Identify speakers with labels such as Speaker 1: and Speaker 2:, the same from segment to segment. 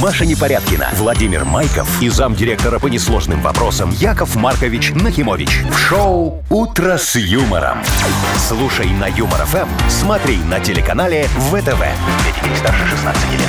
Speaker 1: Маша Непорядкина, Владимир Майков и замдиректора по несложным вопросам Яков Маркович Нахимович. В шоу «Утро с юмором». Слушай на Юмор ФМ, смотри на телеканале ВТВ. Для детей старше 16 лет.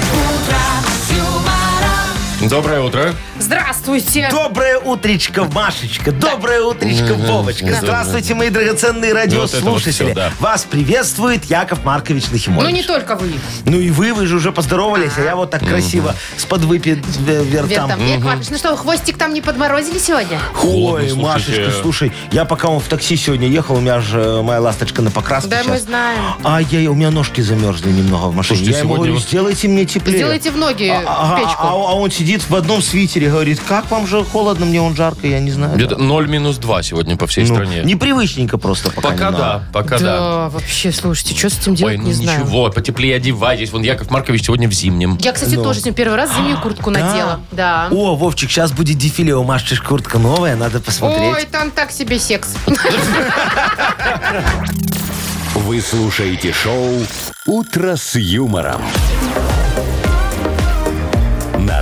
Speaker 2: Доброе утро.
Speaker 3: Здравствуйте.
Speaker 4: Доброе утречко, Машечка. Доброе утречко, Вовочка. Здравствуйте, мои драгоценные
Speaker 2: Ну, Вот это вот
Speaker 4: радиослушатели.
Speaker 2: всё, да.
Speaker 4: Вас приветствует Яков Маркович
Speaker 3: Ну, не
Speaker 4: Нахимович.
Speaker 3: только вы.
Speaker 4: Ну и вы, вы же уже поздоровались, а я вот так красиво с подвыпи э,
Speaker 3: Вер, там,
Speaker 4: вертам.
Speaker 3: Яков Маркович, ну что, хвостик там не подморозили сегодня?
Speaker 2: Холодно,
Speaker 4: Ой,
Speaker 2: слушайте.
Speaker 4: Машечка, слушай, я пока он в такси сегодня ехал, у меня же моя ласточка на покраску
Speaker 3: Да, мы
Speaker 4: сейчас.
Speaker 3: знаем.
Speaker 4: А я, у меня ножки замерзли немного в машине.
Speaker 2: Слушайте,
Speaker 4: я ему
Speaker 2: сегодня
Speaker 4: говорю,
Speaker 2: вот-
Speaker 4: сделайте мне теплее.
Speaker 3: Сделайте в ноги
Speaker 4: А,
Speaker 3: в
Speaker 4: ага,
Speaker 3: печку.
Speaker 4: а- а он сидит в одном свитере, говорит, как вам же холодно, мне он жарко, я не знаю.
Speaker 2: Где-то 0 минус 2 сегодня по всей
Speaker 4: Ну,
Speaker 2: стране.
Speaker 4: непривычненько просто пока.
Speaker 2: Пока да, пока да.
Speaker 3: да, вообще, слушайте, что с этим делать,
Speaker 2: Ой, ну
Speaker 3: не знаю.
Speaker 2: ничего, потеплее одевайтесь. Вон Яков Маркович сегодня в зимнем.
Speaker 3: Я, кстати, тоже сегодня первый раз зимнюю куртку надела. Да.
Speaker 4: Ну. О, Вовчик, сейчас будет дефиле у Машечки куртка новая, надо посмотреть.
Speaker 3: Ой, там так себе секс.
Speaker 1: Вы слушаете шоу «Утро с юмором». На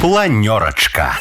Speaker 1: Планерочка.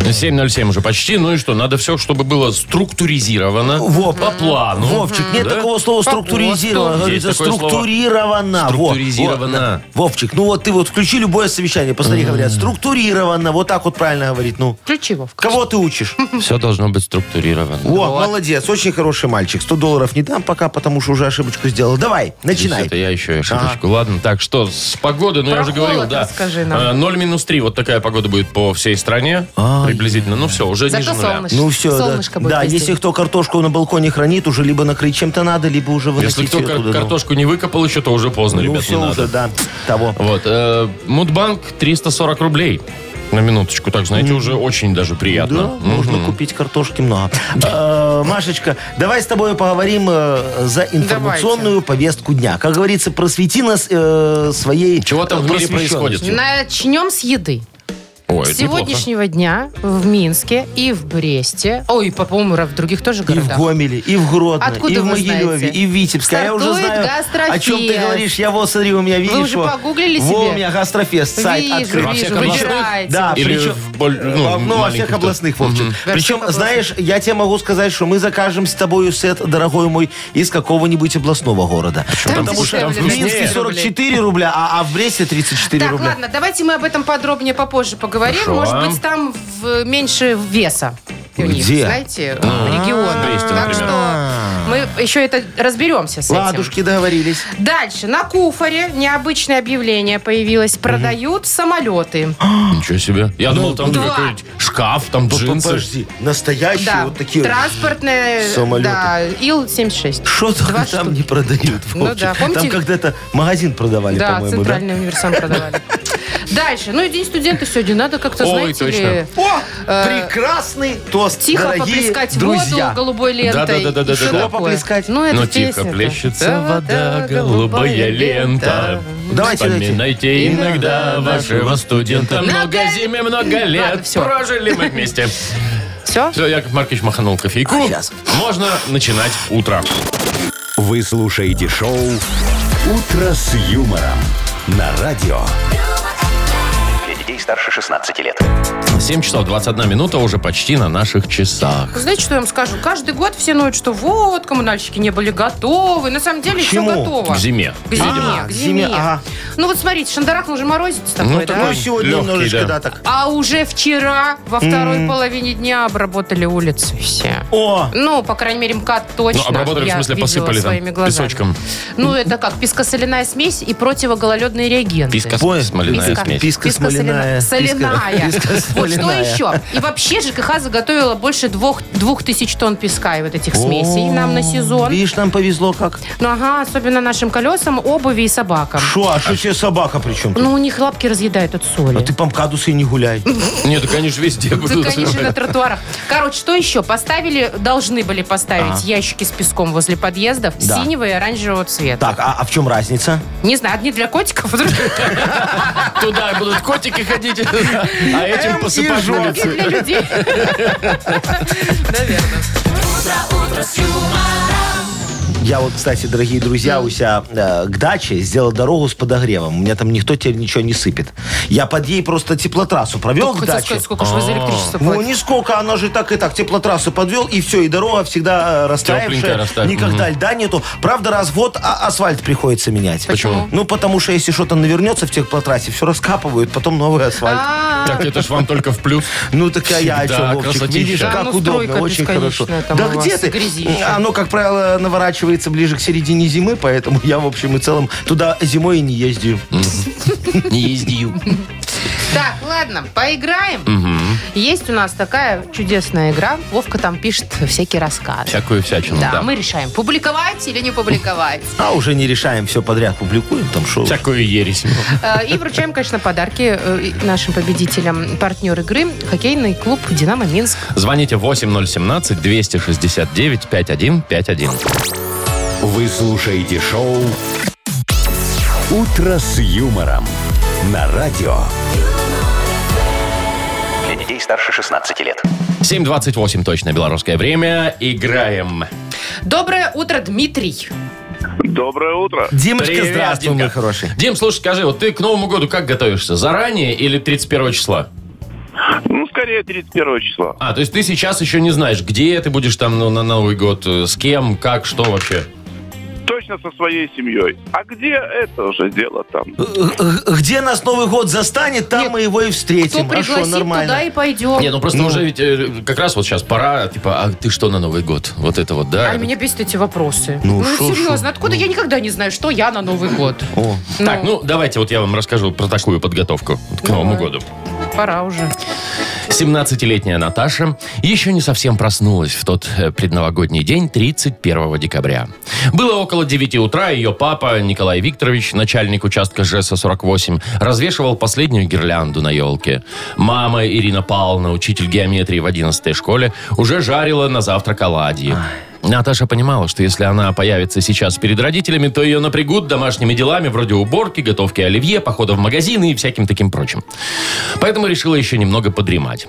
Speaker 2: 7.07 уже почти. Ну и что, надо все, чтобы было структуризировано.
Speaker 4: Во,
Speaker 2: по плану.
Speaker 4: Ну, Вовчик, нет
Speaker 2: Да?
Speaker 4: такого слова структуризировано.
Speaker 2: Есть
Speaker 4: Говорится,
Speaker 2: такое слово.
Speaker 4: структурировано. Во,
Speaker 2: Структуризировано.
Speaker 4: вот. Вовчик, ну вот ты вот включи любое совещание, посмотри, говорят, структурировано. Вот так вот правильно говорить. Ну,
Speaker 3: Ключи, Вовка.
Speaker 4: кого ты учишь?
Speaker 2: Все должно быть структурировано.
Speaker 4: Во, молодец, очень хороший мальчик. 100 долларов не дам пока, потому что уже ошибочку сделал. Давай, начинай.
Speaker 2: Это я еще и ошибочку. Ладно, так что с погоды, ну я
Speaker 3: Про
Speaker 2: уже говорил,
Speaker 3: холод
Speaker 2: да.
Speaker 3: расскажи нам.
Speaker 2: А, 0 минус 3, вот такая погода будет по всей стране приблизительно. Ну все, уже
Speaker 3: Зато
Speaker 2: ниже нуля.
Speaker 3: солнышко.
Speaker 4: Ну все,
Speaker 3: Солнышко
Speaker 4: да.
Speaker 3: будет
Speaker 4: Да,
Speaker 3: везде.
Speaker 4: если кто картошку на балконе хранит, уже либо накрыть чем-то надо, либо уже выносить
Speaker 2: Если кто
Speaker 4: её
Speaker 2: кар-
Speaker 4: оттуда, ну.
Speaker 2: картошку не выкопал еще, то уже поздно,
Speaker 4: Ну
Speaker 2: ребят, не
Speaker 4: все
Speaker 2: надо.
Speaker 4: уже, да, того.
Speaker 2: Вот. э, Мудбанк 340 рублей. На минуточку, так знаете, уже очень даже
Speaker 4: Да,
Speaker 2: приятно.
Speaker 4: можно купить картошки много. Э, Машечка, давай с тобой поговорим э, за информационную повестку дня. Как говорится, просвети нас э, своей...
Speaker 2: Чего там
Speaker 4: э,
Speaker 2: в мире
Speaker 4: просвещенностью.
Speaker 2: происходит?
Speaker 3: Начнем с еды.
Speaker 2: Ой,
Speaker 3: С
Speaker 2: это неплохо.
Speaker 3: сегодняшнего дня в Минске и в Бресте, ой, по-моему, в других тоже
Speaker 4: И в
Speaker 3: городах.
Speaker 4: Гомеле, и в Гродно,
Speaker 3: Откуда
Speaker 4: и в
Speaker 3: вы
Speaker 4: Могилеве,
Speaker 3: знаете?
Speaker 4: и в Витебске. А я уже
Speaker 3: Стартует
Speaker 4: знаю, о чем ты
Speaker 3: гастрофест.
Speaker 4: говоришь. Я вот, смотри, у меня видишь...
Speaker 3: уже
Speaker 4: вот.
Speaker 3: погуглили
Speaker 4: Во,
Speaker 3: себе?
Speaker 4: у меня гастрофест, сайт
Speaker 3: Вижу,
Speaker 4: открыт.
Speaker 2: Во всех
Speaker 3: вижу,
Speaker 2: областях?
Speaker 3: выбираете.
Speaker 4: Да,
Speaker 2: Или
Speaker 4: причем,
Speaker 2: в
Speaker 3: Э,
Speaker 2: боль- ну,
Speaker 4: во- ну, во
Speaker 2: маленьких,
Speaker 4: всех
Speaker 2: да.
Speaker 4: областных, Вовчик.
Speaker 3: Во
Speaker 4: Причем,
Speaker 3: всех областных.
Speaker 4: знаешь, я тебе могу сказать, что мы закажем с тобою сет, дорогой мой, из какого-нибудь областного города.
Speaker 3: Там
Speaker 4: Потому что
Speaker 3: дешевле,
Speaker 4: в
Speaker 3: там
Speaker 4: Минске
Speaker 3: вкуснее.
Speaker 4: 44 рубля, а, а в Бресте 34
Speaker 3: Так,
Speaker 4: рубля.
Speaker 3: ладно, давайте мы об этом подробнее попозже поговорим.
Speaker 2: Хорошо.
Speaker 3: Может быть, там в- меньше веса. У них,
Speaker 4: Где? А.
Speaker 3: знаете, регион.
Speaker 2: в Бресте,
Speaker 3: Так
Speaker 2: например.
Speaker 3: что мы еще это разберемся с этим.
Speaker 4: Ладушки договорились.
Speaker 3: Дальше. На Куфоре необычное объявление появилось. Продают самолеты.
Speaker 4: А,
Speaker 2: Ничего себе. Я
Speaker 4: Ну,
Speaker 2: думал, там
Speaker 3: два.
Speaker 2: какой-нибудь шкаф, там джинсы.
Speaker 4: Подожди, настоящие
Speaker 3: Да,
Speaker 4: вот такие.
Speaker 3: транспортные,
Speaker 4: самолеты.
Speaker 3: да, Ил-76.
Speaker 4: Что
Speaker 3: Два
Speaker 4: там
Speaker 3: штуки.
Speaker 4: не продают?
Speaker 3: Ну
Speaker 4: Вовчик?
Speaker 3: да, помните-
Speaker 4: Там когда-то магазин продавали,
Speaker 3: Да,
Speaker 4: по-моему, да?
Speaker 3: центральный универсам продавали. Дальше. Ну и день студента сегодня. Надо как-то,
Speaker 2: Ой,
Speaker 3: знаете ли,
Speaker 4: О,
Speaker 3: Э,
Speaker 4: прекрасный тост,
Speaker 3: тихо
Speaker 4: дорогие
Speaker 3: поплескать
Speaker 4: друзья.
Speaker 3: воду голубой лентой.
Speaker 2: Да-да-да-да-да-да.
Speaker 3: И всё
Speaker 2: Что
Speaker 3: такое.
Speaker 4: поплескать?
Speaker 3: Ну, это
Speaker 2: Но тихо
Speaker 3: песня-то.
Speaker 2: плещется вода,
Speaker 3: Да-да,
Speaker 2: голубая лента.
Speaker 4: Давайте, давайте.
Speaker 2: Вспоминайте иногда вашего студента. Много
Speaker 3: Много
Speaker 2: зим и много
Speaker 3: Ладно,
Speaker 2: лет.
Speaker 3: всё.
Speaker 2: Прожили мы вместе.
Speaker 3: Все?
Speaker 2: Все, Яков Маркович маханул кофейку.
Speaker 4: А Сейчас.
Speaker 2: Можно начинать утро.
Speaker 1: Вы слушаете шоу «Утро с юмором» на радио. Для детей старше 16 лет.
Speaker 2: 7 часов 21 минута уже почти на наших часах.
Speaker 3: Знаете, что я вам скажу? Каждый год все ноют, что вот, коммунальщики не были готовы. На самом деле
Speaker 4: К
Speaker 3: все
Speaker 4: чему?
Speaker 3: готово.
Speaker 2: К зиме.
Speaker 3: К зиме,
Speaker 4: видимо.
Speaker 3: к
Speaker 4: К зиме,
Speaker 3: зиме.
Speaker 4: ага.
Speaker 3: Ну вот смотрите, шандарах уже морозится такой,
Speaker 2: Ну,
Speaker 3: да?
Speaker 2: такой
Speaker 4: Ну, сегодня
Speaker 2: Легкий,
Speaker 4: немножечко,
Speaker 2: да.
Speaker 4: да, так.
Speaker 3: А уже вчера, во второй половине дня, обработали улицы все.
Speaker 4: О,
Speaker 3: Ну, по крайней мере, МКАД точно.
Speaker 2: Ну, обработали, в
Speaker 3: Я
Speaker 2: смысле,
Speaker 3: видела
Speaker 2: посыпали там
Speaker 3: своими глазами.
Speaker 2: песочком.
Speaker 3: Ну, это как пескосоляная смесь и противогололедные реагенты.
Speaker 2: Писка
Speaker 4: Ой,
Speaker 2: смоляная
Speaker 3: писка.
Speaker 2: смесь.
Speaker 4: Писка
Speaker 3: Пескосоляная.
Speaker 4: смоляная.
Speaker 3: Соляная.
Speaker 4: Писка- писка
Speaker 3: Вот что
Speaker 4: смоляная.
Speaker 3: еще? И вообще ЖКХ заготовила больше двух, двух тысяч тонн песка и вот этих смесей нам на сезон.
Speaker 4: Видишь, нам повезло как.
Speaker 3: Ну ага, особенно нашим колесам, обуви и собакам.
Speaker 4: Шо, а что тебе собака причем?
Speaker 3: Ну, у них лапки разъедают от соли.
Speaker 4: А ты по МКАДу и не гуляй.
Speaker 2: Нет, так они же везде
Speaker 3: Да,
Speaker 2: будут.
Speaker 3: конечно, на тротуарах. Короче, что еще? Поставили, должны были поставить
Speaker 2: А.
Speaker 3: ящики с песком возле подъездов
Speaker 4: Да.
Speaker 3: синего и оранжевого цвета.
Speaker 4: Так, а, а в чем разница?
Speaker 3: Не знаю, одни для котиков, а другие
Speaker 2: Туда будут котики ходить, а этим посыпать на лицо.
Speaker 3: для людей.
Speaker 4: Я вот, кстати, дорогие друзья, у себя э, к даче сделал дорогу с подогревом. У меня там никто теперь ничего не сыпет. Я под ей просто теплотрассу провел к
Speaker 3: Хотел
Speaker 4: даче.
Speaker 3: сказать, сколько же вы за электричество
Speaker 4: Ну,
Speaker 3: платите.
Speaker 4: нисколько, она же так и так теплотрассу подвел, и все, и дорога всегда э,
Speaker 2: Тепленькая
Speaker 4: растаявшая,
Speaker 2: растает,
Speaker 4: никогда льда нету. Правда, раз в год а- асфальт приходится менять.
Speaker 2: Почему?
Speaker 4: Ну, потому что если что-то навернется в теплотрассе, все раскапывают, потом новый асфальт.
Speaker 3: А,
Speaker 2: Так это ж вам только в плюс.
Speaker 4: Ну такая я о
Speaker 2: Всегда
Speaker 4: чем, Вовчик,
Speaker 2: красотища.
Speaker 4: видишь,
Speaker 2: Да,
Speaker 4: как
Speaker 3: ну,
Speaker 4: удобно,
Speaker 3: стройка
Speaker 4: очень хорошо.
Speaker 3: бесконечная там
Speaker 4: Да
Speaker 3: у
Speaker 4: где
Speaker 3: вас,
Speaker 4: ты? А,
Speaker 3: грязище.
Speaker 4: Оно, как правило, наворачивается ближе к середине зимы, поэтому я, в общем и целом, туда зимой и не ездию.
Speaker 2: Не ездию.
Speaker 3: Так, ладно, поиграем. Есть у нас такая чудесная игра. Вовка там пишет всякие рассказы.
Speaker 2: Всякую всячину,
Speaker 3: Да,
Speaker 2: ну да.
Speaker 3: мы решаем, публиковать или не публиковать.
Speaker 4: А уже не решаем, все подряд публикуем, там шоу.
Speaker 2: Всякую ересь.
Speaker 3: Э, И вручаем, конечно, подарки э, и нашим победителям. Партнер игры – хоккейный клуб «Динамо Минск».
Speaker 2: Звоните 8017-269-5151.
Speaker 1: Вы слушаете шоу «Утро с юмором» на радио. Для детей старше 16 лет.
Speaker 2: 7.28 точно белорусское время. Играем.
Speaker 3: Доброе утро, Дмитрий.
Speaker 5: Доброе утро.
Speaker 4: Димочка,
Speaker 2: Привет,
Speaker 4: здравствуй,
Speaker 2: Димка.
Speaker 4: мой хороший.
Speaker 2: Дим, слушай, скажи, вот ты к Новому году как готовишься? Заранее или 31 числа?
Speaker 5: Ну, скорее 31 числа.
Speaker 2: А, то есть ты сейчас еще не знаешь, где ты будешь там ну, на Новый год, э, с кем, как, что вообще?
Speaker 5: Точно со своей семьей. А где это уже дело там?
Speaker 4: Э, э, Где нас Новый год застанет, там
Speaker 3: Нет,
Speaker 4: мы его и
Speaker 3: Кто
Speaker 4: встретим. А что,
Speaker 3: пригласит, туда
Speaker 4: нормально?
Speaker 3: и пойдем. А
Speaker 2: Не, ну просто уже ведь э, как раз вот сейчас пора, типа, а ты что на Новый год? Вот это вот, да?
Speaker 3: А меня бесят эти вопросы.
Speaker 4: Ну,
Speaker 3: Ну,
Speaker 4: шо,
Speaker 3: серьезно,
Speaker 4: шо,
Speaker 3: откуда я никогда не знаю, что я на Новый год?
Speaker 4: О,
Speaker 2: Так, ну давайте вот я вам расскажу про такую подготовку вот к Новому году.
Speaker 3: Пора уже.
Speaker 2: 17-летняя Наташа еще не совсем проснулась в тот э, предновогодний день 31 декабря. Было около 9 утра, ее папа Николай Викторович, начальник участка ЖЭСа-48, развешивал последнюю гирлянду на елке. Мама Ирина Павловна, учитель геометрии в 11 школе, уже жарила на завтрак оладьи. Наташа понимала, что если она появится сейчас перед родителями, то ее напрягут домашними делами вроде уборки, готовки оливье, похода в магазины и всяким таким прочим. Поэтому решила еще немного подремать.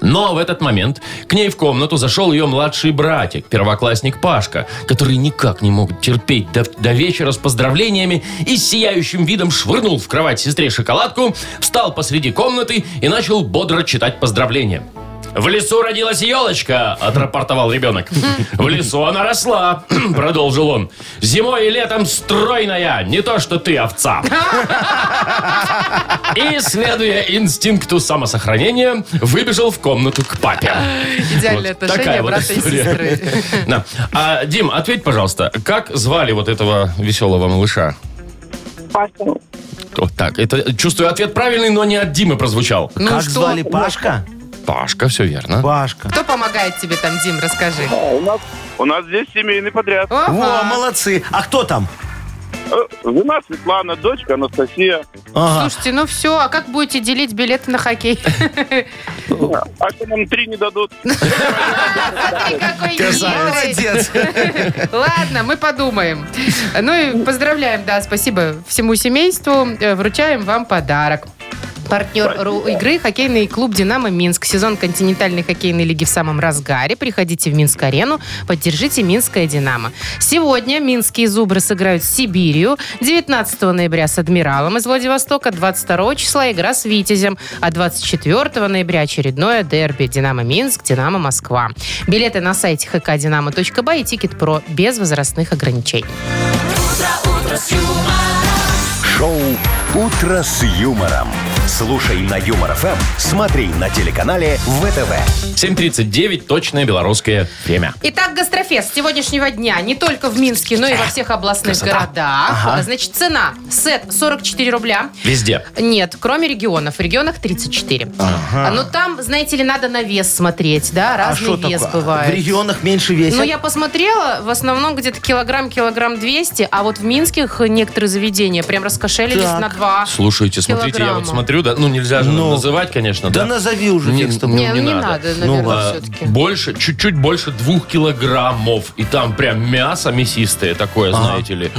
Speaker 2: Но в этот момент к ней в комнату зашел ее младший братик, первоклассник Пашка, который никак не мог терпеть до, до вечера с поздравлениями и с сияющим видом швырнул в кровать сестре шоколадку, встал посреди комнаты и начал бодро читать поздравления. В лесу родилась елочка, отрапортовал ребенок. В лесу она росла, продолжил он. Зимой и летом стройная, не то что ты, овца. И, следуя инстинкту самосохранения, выбежал в комнату к папе.
Speaker 3: Идеальные
Speaker 2: Вот
Speaker 3: отношения
Speaker 2: такая вот
Speaker 3: брата и
Speaker 2: история.
Speaker 3: сестры.
Speaker 2: Да. А, Дим, ответь, пожалуйста, как звали вот этого веселого малыша?
Speaker 6: Паша,
Speaker 2: Вот так. Это, чувствую, ответ правильный, но не от Димы прозвучал.
Speaker 3: Ну
Speaker 4: как
Speaker 3: что?
Speaker 4: звали Пашка?
Speaker 2: Пашка, все верно.
Speaker 4: Пашка.
Speaker 3: Кто помогает тебе там, Дим, расскажи.
Speaker 6: у нас
Speaker 5: У нас здесь семейный подряд.
Speaker 3: Ага.
Speaker 4: Во, молодцы. А кто там?
Speaker 5: Э, Жена Светлана, дочка Анастасия.
Speaker 4: Ага.
Speaker 3: Слушайте, ну все, а как будете делить билеты на хоккей?
Speaker 5: А что нам три не дадут?
Speaker 3: Смотри, какой хитрый.
Speaker 4: Молодец.
Speaker 3: Ладно, мы подумаем. Ну и поздравляем, да, спасибо всему семейству. Э, Вручаем вам подарок. Партнер ру- игры – хоккейный клуб «Динамо Минск». Сезон континентальной хоккейной лиги в самом разгаре. Приходите в Минск-арену, поддержите «Минское Динамо». Сегодня минские «Зубры» сыграют с Сибирью. 19 ноября с «Адмиралом» из Владивостока, 22 числа игра с «Витязем», а 24 ноября очередное дерби «Динамо Минск», «Динамо Москва». Билеты на сайте hkdinamo.by и «Тикет Про» без возрастных ограничений.
Speaker 1: Шоу «Утро с юмором». Слушай на Юмор ФМ, смотри на телеканале ВТВ.
Speaker 2: 7.39, точное белорусское время.
Speaker 3: Итак, гастрофест сегодняшнего дня не только в Минске, но и во всех областных городах. А, Значит, цена. Сет 44 рубля.
Speaker 2: Везде.
Speaker 3: Нет, кроме регионов. В регионах 34. А, Но там, знаете ли, надо на вес смотреть, да?
Speaker 4: А
Speaker 3: Разный
Speaker 4: что
Speaker 3: вес
Speaker 4: такое?
Speaker 3: бывает.
Speaker 4: В регионах меньше весит.
Speaker 3: Ну, я посмотрела, в основном где-то килограмм, килограмм 200, а вот в Минских некоторые заведения прям раскошелились
Speaker 4: Так.
Speaker 3: на 2
Speaker 2: Слушайте, смотрите, я вот
Speaker 3: Килограмма.
Speaker 2: смотрю, блюдо, ну нельзя же нам
Speaker 4: Ну.
Speaker 2: называть, конечно,
Speaker 4: Да
Speaker 2: да?
Speaker 4: назови уже
Speaker 2: Не-
Speaker 4: фиг с тобой.
Speaker 3: Не, ну
Speaker 2: не
Speaker 3: не
Speaker 2: надо.
Speaker 3: надо,
Speaker 4: Ну
Speaker 3: наверное,
Speaker 2: А,
Speaker 3: все-таки.
Speaker 2: Больше, чуть-чуть больше двух килограммов. И там прям мясо мясистое такое, знаете ли.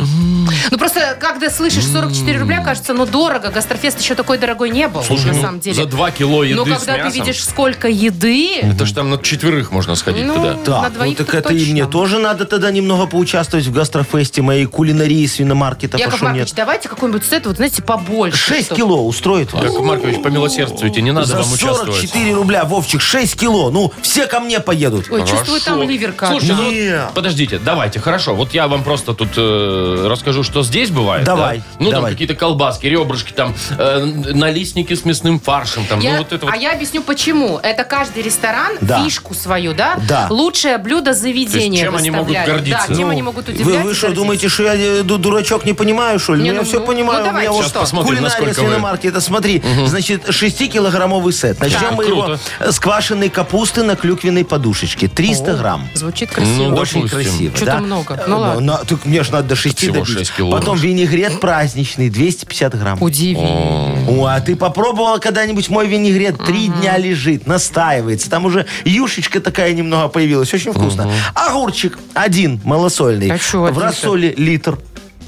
Speaker 3: Ну просто, когда слышишь 44 рубля, кажется, ну дорого. Гастрофест еще такой дорогой не был,
Speaker 2: Слушай,
Speaker 3: на
Speaker 2: ну,
Speaker 3: самом деле.
Speaker 2: за два кило еды
Speaker 3: Но
Speaker 2: с
Speaker 3: когда ты
Speaker 2: мясом,
Speaker 3: видишь, сколько еды,
Speaker 2: Это ж там на четверых можно сходить
Speaker 3: Ну,
Speaker 2: туда.
Speaker 3: на
Speaker 4: Так, ну
Speaker 3: двоих
Speaker 4: так
Speaker 3: так
Speaker 4: это и
Speaker 3: точно.
Speaker 4: мне тоже надо тогда немного поучаствовать в гастрофесте моей кулинарии свиномаркета.
Speaker 3: Яков
Speaker 4: потому что
Speaker 3: Маркович,
Speaker 4: мне
Speaker 3: давайте какой-нибудь сет, вот знаете, побольше.
Speaker 4: 6
Speaker 3: чтоб-
Speaker 4: кило устроит вас.
Speaker 2: Яков Маркович, помилосердствуйте, не надо
Speaker 4: За
Speaker 2: вам участвовать.
Speaker 4: 44 рубля, Вовчик, 6 кило. Ну, все ко мне поедут.
Speaker 3: Ой, чувствую, там
Speaker 2: Хорошо.
Speaker 3: ливерка.
Speaker 2: А Слушай, ну,
Speaker 4: Не.
Speaker 2: подождите, давайте, хорошо. Вот я вам просто тут э, расскажу, что здесь бывает.
Speaker 4: Давай,
Speaker 2: да? Ну, там
Speaker 4: давай.
Speaker 2: какие-то колбаски, ребрышки, там э, налистники с мясным фаршем, там,
Speaker 3: Я-
Speaker 2: ну, вот это вот.
Speaker 3: А я объясню, почему. Это каждый ресторан
Speaker 4: Да.
Speaker 3: фишку свою, да?
Speaker 4: Да.
Speaker 3: Лучшее блюдо заведения
Speaker 2: чем они могут
Speaker 3: выставляет.
Speaker 2: гордиться?
Speaker 3: Да, чем
Speaker 4: Ну,
Speaker 3: они могут
Speaker 4: вы-
Speaker 3: удивлять
Speaker 4: Вы
Speaker 3: и
Speaker 4: что,
Speaker 3: гордиться?
Speaker 4: думаете, что я э, ду- дурачок не понимаю, что ли?
Speaker 3: Не,
Speaker 4: ну, я
Speaker 3: ну,
Speaker 4: все
Speaker 3: ну, ну,
Speaker 4: понимаю. У меня
Speaker 3: давайте,
Speaker 4: вот
Speaker 3: Сейчас
Speaker 2: посмотрим,
Speaker 4: кулинария
Speaker 2: насколько вы-
Speaker 4: свиномаркета. Смотри, значит, 6-килограммовый сет. Начнем мы
Speaker 2: Круто.
Speaker 4: его с квашеной капусты на клюквенной подушечке. 300 грамм.
Speaker 3: Звучит красиво.
Speaker 2: Ну, да.
Speaker 4: Очень
Speaker 2: допустим.
Speaker 4: красиво,
Speaker 3: Чё-то
Speaker 4: да?
Speaker 3: много. Ну,
Speaker 4: Э, ну,
Speaker 3: ладно.
Speaker 4: на- так мне же надо до 6
Speaker 2: Всего
Speaker 4: добить.
Speaker 2: 6 кило.
Speaker 4: Потом винегрет праздничный, 250 грамм.
Speaker 3: Удиви.
Speaker 4: О, а ты попробовала когда-нибудь мой винегрет? Три дня лежит, настаивается. Там уже юшечка такая немного появилась. Очень вкусно. Огурчик один, малосольный.
Speaker 3: А чё
Speaker 4: В
Speaker 3: один-то?
Speaker 4: рассоле литр.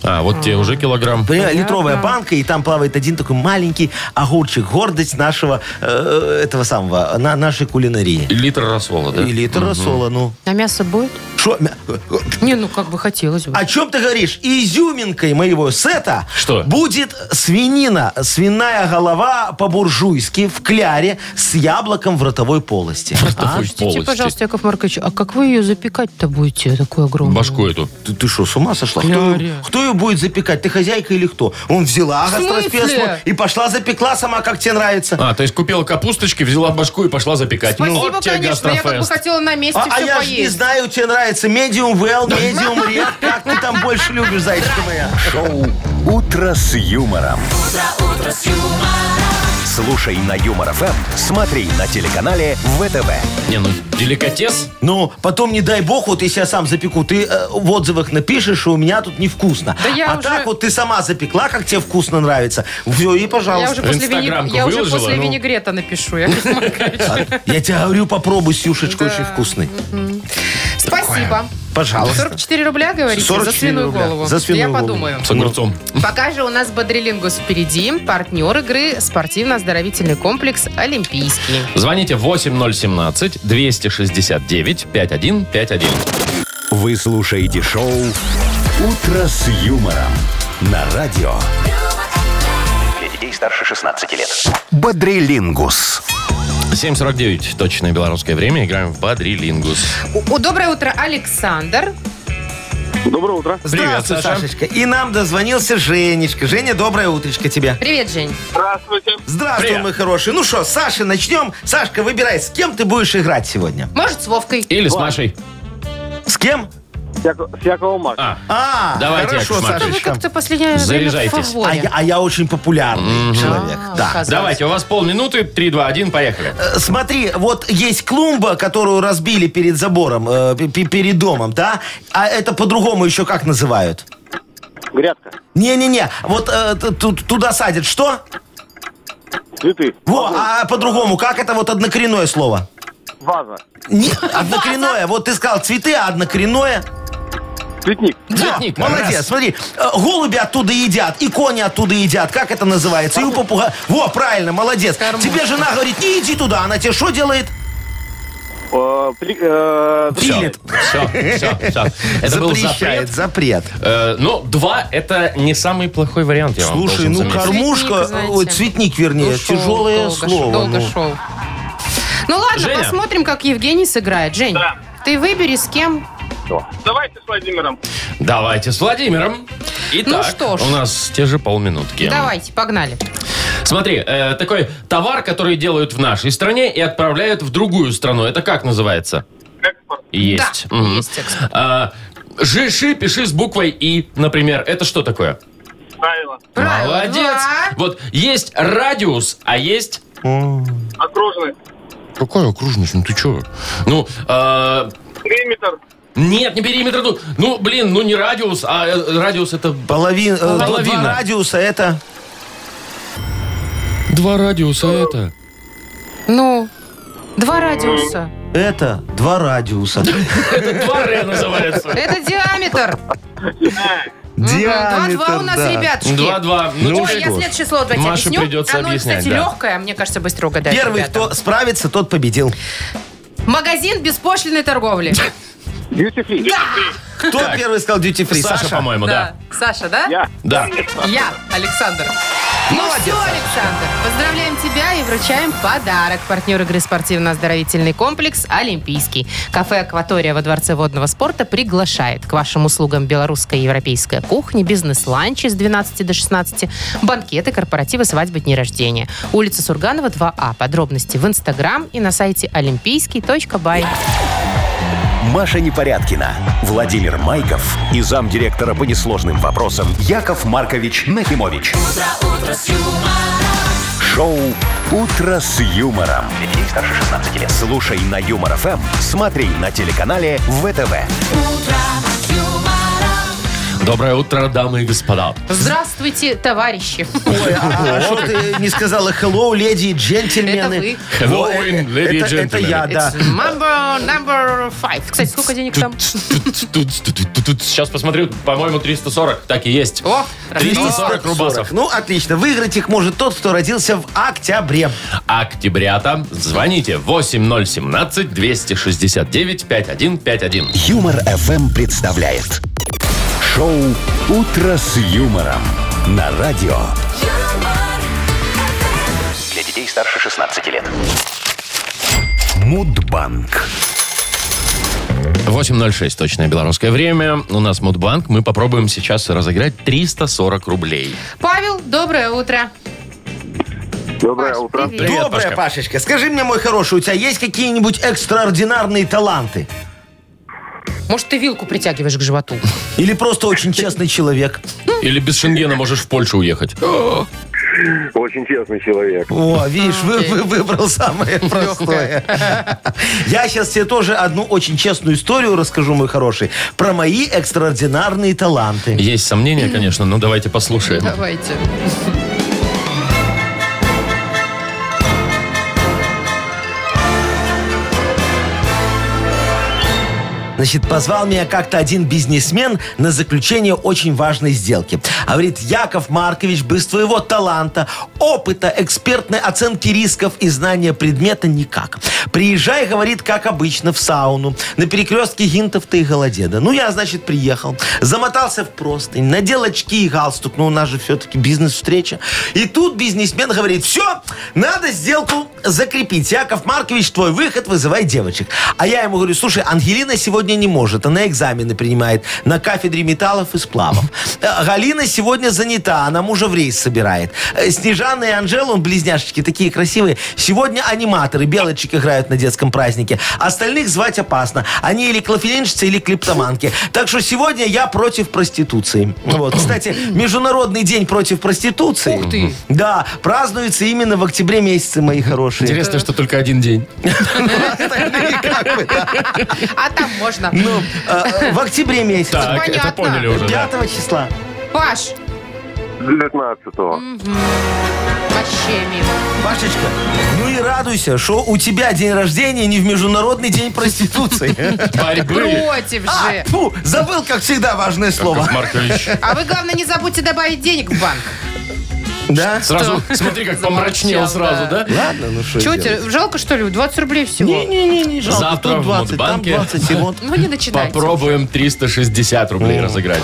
Speaker 2: А, вот тебе уже килограмм.
Speaker 4: Понимаешь, литровая банка, и там плавает один такой маленький огурчик. Гордость нашего, э, этого самого, на, нашей кулинарии.
Speaker 2: Литр рассола, да?
Speaker 4: И литр рассола, ну.
Speaker 3: А мясо будет?
Speaker 4: Шо? мя- э,
Speaker 3: Не, ну как бы хотелось бы.
Speaker 4: О чем ты говоришь? Изюминкой моего сета
Speaker 2: Что?
Speaker 4: будет свинина, свиная голова по-буржуйски в кляре с яблоком в ротовой полости.
Speaker 2: Такой
Speaker 3: Скажите,
Speaker 2: полости.
Speaker 3: А, пожалуйста, Яков Маркович, а как вы ее запекать-то будете, такую огромную?
Speaker 2: Башку эту.
Speaker 4: Ты, ты что, с ума сошла? Кто,
Speaker 3: Кляре.
Speaker 4: кто ее будет запекать? Ты хозяйка или кто? Он взяла
Speaker 3: смысле?
Speaker 4: гастрофеску и пошла запекла сама, как тебе нравится.
Speaker 2: А, то есть купила капусточки, взяла башку и пошла запекать.
Speaker 3: Спасибо,
Speaker 2: ну, вот тебе
Speaker 3: конечно. Я как бы
Speaker 2: гастрофест.
Speaker 3: хотела на месте
Speaker 4: А, а
Speaker 3: все
Speaker 4: я ж
Speaker 3: поесть.
Speaker 4: не знаю, тебе нравится медиум well, медиум rare. Как ты там больше любишь, зайчка моя?
Speaker 1: Шоу «Утро с юмором». Слушай на Юмор ФМ, смотри на телеканале ВТВ.
Speaker 2: Не, ну, деликатес.
Speaker 4: Ну, потом, не дай бог, вот если я сам запеку, ты э, в отзывах напишешь, что у меня тут невкусно.
Speaker 3: Да я
Speaker 4: а
Speaker 3: уже-
Speaker 4: так вот ты сама запекла, как тебе вкусно нравится. Все, и
Speaker 3: Я
Speaker 4: пожалуйста.
Speaker 3: уже после, вини-
Speaker 2: Инстаграмку
Speaker 3: я уже
Speaker 2: выложила,
Speaker 3: после
Speaker 2: ну.
Speaker 3: винегрета напишу, Яков Маркович.
Speaker 4: Я тебе говорю, попробуй с юшечкой, очень вкусный.
Speaker 3: Спасибо.
Speaker 4: Пожалуйста.
Speaker 3: 44 рубля, говорите, за
Speaker 4: 44
Speaker 3: свиную
Speaker 4: рубля.
Speaker 3: голову.
Speaker 4: За свиную
Speaker 3: Я
Speaker 4: голову.
Speaker 3: подумаю.
Speaker 2: С огурцом.
Speaker 3: Пока же у нас Бодрилингус впереди. Партнер игры – спортивно-оздоровительный комплекс «Олимпийский».
Speaker 2: Звоните 8017-269-5151.
Speaker 1: Вы слушаете шоу «Утро с юмором» на радио. Для детей старше 16 лет. Бодрилингус.
Speaker 2: 7.49, точное белорусское время. Играем в Бадрилингус.
Speaker 3: У- у- Доброе утро, Александр.
Speaker 5: Доброе утро.
Speaker 2: Привет,
Speaker 4: Здравствуй,
Speaker 2: Саша.
Speaker 4: Сашечка. И нам дозвонился Женечка. Женя, доброе утречко тебе.
Speaker 3: Привет, Жень.
Speaker 5: Здравствуйте.
Speaker 4: Здравствуй,
Speaker 2: Привет.
Speaker 4: мой хороший. Ну что, Саша, начнем. Сашка, выбирай, с кем ты будешь играть сегодня?
Speaker 3: Может, с Вовкой?
Speaker 2: Или с Машей.
Speaker 4: С кем?
Speaker 5: С Яко- с Якова Марка.
Speaker 2: А,
Speaker 4: А,
Speaker 2: Давайте,
Speaker 4: хорошо,
Speaker 2: Яков Маркович.
Speaker 3: Да вы
Speaker 4: Сашечка.
Speaker 3: как-то последнее время в
Speaker 2: Заряжайтесь.
Speaker 4: А
Speaker 3: фаворе.
Speaker 4: я, а я очень популярный человек.
Speaker 3: А,
Speaker 4: да.
Speaker 3: оказывается.
Speaker 2: давайте, у вас полминуты. 3, 2, 1, поехали.
Speaker 4: Э, Смотри, вот есть клумба, которую разбили перед забором, э, пе- пе- перед домом, да? А это по-другому еще как называют?
Speaker 5: Грядка.
Speaker 4: Не-не-не, вот э, т- ту- туда садят что?
Speaker 5: Цветы.
Speaker 4: Во, а по-другому, как это вот однокоренное слово?
Speaker 5: Ваза.
Speaker 4: Не, однокоренное, вот ты сказал цветы, а однокоренное...
Speaker 5: Цветник.
Speaker 2: Цветник,
Speaker 4: Во, молодец,
Speaker 2: раз.
Speaker 4: смотри, э, голуби оттуда едят, и кони оттуда едят, как это называется, и у попугая... Во, правильно, молодец. Тебе жена говорит, не иди туда, она тебе что делает?
Speaker 5: Э, при- э,
Speaker 4: Пилит.
Speaker 2: Все, все, все. Это был запрет.
Speaker 4: Запрещает, запрет.
Speaker 2: Э, но 2 это не самый плохой вариант, я вам
Speaker 4: Слушай,
Speaker 2: должен
Speaker 4: ну
Speaker 2: заметить.
Speaker 4: кормушка,
Speaker 3: Цветник, знаете.
Speaker 4: ой, цветник, вернее,
Speaker 3: Ну, шел,
Speaker 4: тяжелое
Speaker 3: долго шел,
Speaker 4: слово.
Speaker 3: Долго
Speaker 4: ну.
Speaker 3: шел. Ну ладно,
Speaker 2: Женя.
Speaker 3: посмотрим, как Евгений сыграет. Жень, ты выбери с кем.
Speaker 5: Давайте с Владимиром.
Speaker 2: Давайте с Владимиром. Итак,
Speaker 3: Ну что ж.
Speaker 2: у нас те же полминутки.
Speaker 3: Давайте, погнали.
Speaker 2: Смотри, э, такой товар, который делают в нашей стране и отправляют в другую страну. Это как называется?
Speaker 5: Экспорт.
Speaker 2: Есть.
Speaker 3: Да,
Speaker 2: Мгм.
Speaker 3: есть экспорт.
Speaker 2: А, жиши, пиши с буквой И, например. Это что такое?
Speaker 5: Правило.
Speaker 3: Правило
Speaker 2: Молодец.
Speaker 3: два.
Speaker 2: Вот есть радиус, а есть...
Speaker 5: Окружный.
Speaker 2: Какая окружность? Ну ты чё? Ну, э,
Speaker 5: Периметр.
Speaker 2: нет, не периметр. Ну, ну, блин, ну не радиус, а э, радиус это...
Speaker 4: Половин- э,
Speaker 2: Половина.
Speaker 4: Два радиуса это...
Speaker 2: Два радиуса а это.
Speaker 3: Ну, два радиуса.
Speaker 4: Это два радиуса.
Speaker 2: Два Р называется.
Speaker 3: Это диаметр.
Speaker 5: Э.
Speaker 4: Диаметр,
Speaker 3: Два-два у нас,
Speaker 4: да.
Speaker 3: ребятушки.
Speaker 2: Два-два. Ну,
Speaker 3: Ой,
Speaker 2: теперь-
Speaker 3: я следующее слово давайте
Speaker 2: Маше
Speaker 3: объясню.
Speaker 2: придется
Speaker 3: Оно,
Speaker 2: объяснять,
Speaker 3: кстати,
Speaker 2: да.
Speaker 3: легкое. Мне кажется, быстро угадать.
Speaker 4: Первый,
Speaker 3: ребята.
Speaker 4: кто справится, тот победил.
Speaker 3: Магазин беспошлиной торговли.
Speaker 5: Дьюти-фри.
Speaker 4: Кто первый сказал duty free?
Speaker 2: Саша,
Speaker 4: Саша?
Speaker 2: по-моему, да.
Speaker 3: Саша, да?
Speaker 5: Я.
Speaker 2: Да.
Speaker 3: Я, Александр. Ну все, Александр, поздравляем тебя и вручаем подарок. Партнер игры спортивно-оздоровительный комплекс «Олимпийский». Кафе «Акватория» во Дворце водного спорта приглашает к вашим услугам белорусская и европейская кухня, бизнес-ланчи с 12 до 16, банкеты, корпоративы, свадьбы, дни рождения. Улица Сурганова, 2А. Подробности в Инстаграм и на сайте олимпийский.бай.
Speaker 1: Маша Непорядкина, Владимир Майков и замдиректора по несложным вопросам Яков Маркович Нахимович. Шоу Утро с юмором. Для детей старше 16 лет. Слушай на юмор ФМ, смотри на телеканале ВТВ.
Speaker 2: Доброе утро, дамы и господа.
Speaker 3: Здравствуйте, товарищи.
Speaker 4: Ой, а, а что ты не сказала hello, леди и джентльмены?
Speaker 3: Это
Speaker 2: вы.
Speaker 4: Во, э,
Speaker 2: Hello,
Speaker 4: э,
Speaker 2: lady и
Speaker 4: это- Это я,
Speaker 2: джентльмены.
Speaker 4: да.
Speaker 3: It's Mambo number five. Кстати, сколько денег там?
Speaker 2: Сейчас посмотрю, по-моему, 340. Так и есть.
Speaker 3: О,
Speaker 2: 340 рубасов.
Speaker 4: Ну, отлично. Выиграть их может тот, кто родился в октябре.
Speaker 2: Октябрята. Звоните 8017-269-5151.
Speaker 1: Юмор ФМ представляет. Шоу Утро с юмором на радио. Для детей старше 16 лет. Мудбанк.
Speaker 2: 8.06, точное белорусское время. У нас Мудбанк. Мы попробуем сейчас разыграть 340 рублей.
Speaker 3: Павел, доброе утро.
Speaker 5: Доброе
Speaker 3: Паш,
Speaker 5: утро.
Speaker 3: привет.
Speaker 2: Привет,
Speaker 4: Добрая,
Speaker 2: Пашка.
Speaker 4: Пашечка. Скажи мне, мой хороший, у тебя есть какие-нибудь экстраординарные таланты?
Speaker 3: Может, ты вилку притягиваешь к животу?
Speaker 4: Или просто очень честный человек?
Speaker 2: Или без шенгена можешь в Польшу уехать.
Speaker 5: Очень честный человек.
Speaker 4: О, видишь, вы, вы- выбрал самое простое. Я сейчас тебе тоже одну очень честную историю расскажу, мой хороший, про мои экстраординарные таланты.
Speaker 2: Есть сомнения, конечно, но давайте послушаем.
Speaker 3: Давайте.
Speaker 4: Значит, позвал меня как-то один бизнесмен на заключение очень важной сделки. А Говорит, Яков Маркович, без твоего таланта, опыта, экспертной оценки рисков и знания предмета никак. Приезжай, говорит, как обычно, в сауну. На перекрестке Гинтов-то и Голодеда. Ну, я, значит, приехал. Замотался в простынь, надел очки и галстук. Ну, у нас же все-таки бизнес-встреча. И тут бизнесмен говорит, все, надо сделку закрепить. Яков Маркович, твой выход, вызывай девочек. А я ему говорю, слушай, Ангелина сегодня не может, она экзамены принимает на кафедре металлов и сплавов. Э, Галина сегодня занята, она мужа в рейс собирает. Э, Снежана и Анжела, он близняшечки такие красивые, сегодня аниматоры, белочек играют на детском празднике. Остальных звать опасно. Они или клофелинщицы, или клиптоманки. Так что сегодня я против проституции. Вот. Кстати, Международный день против проституции.
Speaker 3: Ух ты.
Speaker 4: Да, празднуется именно в октябре месяце, мои хорошие.
Speaker 2: Интересно, что только один день.
Speaker 3: А там можно.
Speaker 4: Ну, э, в октябре месяце.
Speaker 2: Так, это
Speaker 3: понятно.
Speaker 2: поняли уже. да.
Speaker 4: 5 числа.
Speaker 3: Паш,
Speaker 5: 19-го.
Speaker 3: вообще мимо.
Speaker 4: Пашечка, ну и радуйся, что у тебя день рождения не в Международный день проституции.
Speaker 2: Борьбы.
Speaker 3: Против
Speaker 4: А,
Speaker 3: же.
Speaker 4: фу, забыл, как всегда, важное слово.
Speaker 2: Яков Маркович.
Speaker 3: А вы, главное, не забудьте добавить денег в банк.
Speaker 4: Да?
Speaker 2: Сразу, смотри, как помрачнел сразу,
Speaker 3: Замолчал,
Speaker 2: да?
Speaker 4: Ладно, ну что
Speaker 3: Чего тебе, жалко, что ли? 20 рублей всего.
Speaker 4: Не-не-не, жалко,
Speaker 2: Завтра
Speaker 4: тут
Speaker 2: в
Speaker 4: 20, там
Speaker 2: Мудбанке.
Speaker 4: 20, и вот.
Speaker 3: Ну, не начинайте.
Speaker 2: Попробуем 360 рублей разыграть.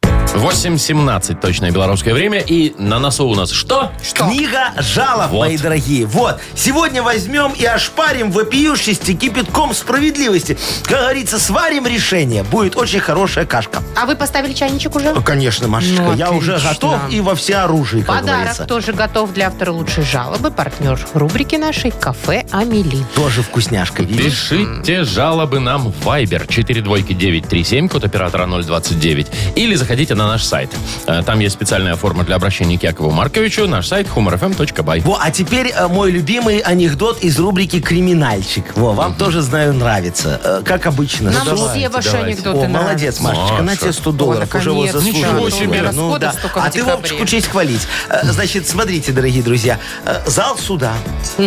Speaker 2: 8.17 точное белорусское время. И на носу у нас что?
Speaker 4: Книга жалоб,
Speaker 2: Вот.
Speaker 4: мои дорогие. Вот. Сегодня возьмем и ошпарим вопиющести кипятком справедливости. Как говорится, сварим решение. Будет очень хорошая кашка.
Speaker 3: А вы поставили чайничек уже?
Speaker 4: Ну, Конечно, Машечка,
Speaker 3: Ну,
Speaker 4: я уже
Speaker 3: отлично.
Speaker 4: готов и во всеоружии, как
Speaker 3: Подарок
Speaker 4: говорится.
Speaker 3: тоже готов для автора лучшей жалобы. Партнер рубрики нашей «Кафе Амели».
Speaker 4: Тоже вкусняшка, видишь?
Speaker 2: Пишите жалобы нам в Viber 42937, код оператора 029. Или заходите на наш сайт. Э, Там есть специальная форма для обращения к Якову Марковичу. Наш сайт humorfm.by.
Speaker 4: Во, а теперь э, мой любимый анекдот из рубрики «Криминальчик». Во, вам тоже, знаю, нравится. Э, как обычно.
Speaker 3: Нам
Speaker 4: Что-
Speaker 2: давайте,
Speaker 3: все ваши
Speaker 2: давайте.
Speaker 3: анекдоты
Speaker 4: О,
Speaker 3: нравятся.
Speaker 4: молодец, Машечка,
Speaker 2: Маша.
Speaker 4: на тебе 100 долларов.
Speaker 3: О,
Speaker 4: Уже вот
Speaker 3: наконец-то.
Speaker 4: заслужила.
Speaker 2: Ничего себе.
Speaker 4: Ну
Speaker 3: Расходов
Speaker 4: да.
Speaker 3: столько в
Speaker 4: А ты,
Speaker 3: декабре.
Speaker 4: Вовчику, честь хвалить. Э, Значит, смотрите, дорогие друзья. э, Зал суда.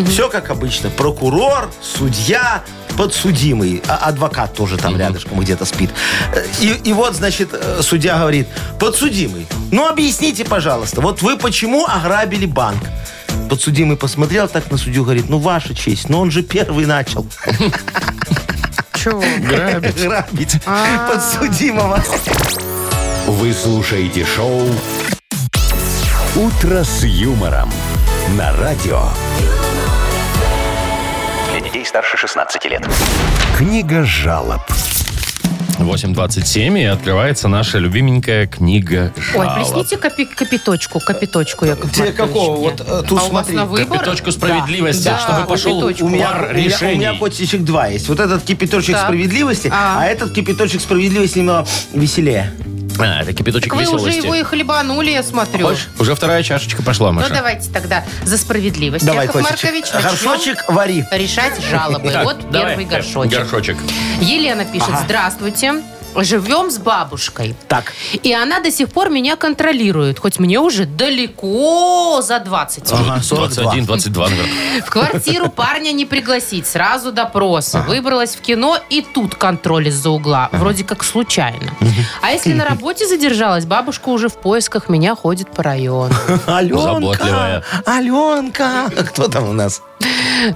Speaker 4: Все как обычно. Прокурор, судья, подсудимый. А- Адвокат тоже там рядышком где-то спит. Э, И, и вот, значит, э, судья говорит, подсудимый, ну объясните, пожалуйста, вот вы почему ограбили банк? Подсудимый посмотрел так на судью, говорит, ну ваша честь, но он же первый начал
Speaker 3: Чего? А.
Speaker 2: Грабит.
Speaker 4: грабить подсудимого.
Speaker 1: Вы слушаете шоу «Утро с юмором» на радио.
Speaker 6: Для детей старше 16 лет.
Speaker 1: Книга жалоб.
Speaker 2: 8.27 и открывается наша любименькая книга
Speaker 3: Ой,
Speaker 2: жалоб.
Speaker 3: плесните капи- капиточку, капиточку, Яков
Speaker 4: Тебе
Speaker 3: Маркович,
Speaker 4: какого?
Speaker 3: мне.
Speaker 4: Вот э, тут
Speaker 3: а у вас
Speaker 4: смотри.
Speaker 3: на выбор?
Speaker 2: Капиточку справедливости,
Speaker 3: Да,
Speaker 2: чтобы
Speaker 3: да,
Speaker 2: пошел
Speaker 3: кипяточку.
Speaker 4: У меня,
Speaker 2: пар
Speaker 4: у меня-
Speaker 2: решений.
Speaker 4: у меня котичек два есть. Вот этот кипяточек
Speaker 3: Так.
Speaker 4: справедливости,
Speaker 3: А.
Speaker 4: а. этот кипяточек справедливости немного веселее.
Speaker 2: А, это кипяточек
Speaker 3: Так вы уже
Speaker 2: веселости.
Speaker 3: его и хлебанули, я смотрю.
Speaker 2: Хочешь? Уже вторая чашечка пошла,
Speaker 3: Ну
Speaker 2: Маша.
Speaker 3: давайте тогда за справедливость.
Speaker 4: Давай,
Speaker 3: Яков
Speaker 4: котичек.
Speaker 3: Маркович, начнем
Speaker 4: Горшочек вари.
Speaker 3: решать жалобы.
Speaker 2: Так,
Speaker 3: вот
Speaker 2: давай. Э,
Speaker 3: первый горшочек.
Speaker 2: Горшочек.
Speaker 3: Елена пишет, здравствуйте. Живем с бабушкой.
Speaker 4: Так.
Speaker 3: И она до сих пор меня контролирует, хоть мне уже далеко за 20.
Speaker 4: Ага, 42.
Speaker 2: 21, 22, наверное.
Speaker 3: В квартиру парня не пригласить, сразу допросы. Выбралась в кино, и тут контроль из-за угла. Вроде как случайно. А если на работе задержалась, бабушка уже в поисках меня ходит по району.
Speaker 2: Заботливая.
Speaker 4: Аленка, Аленка. Кто там у нас?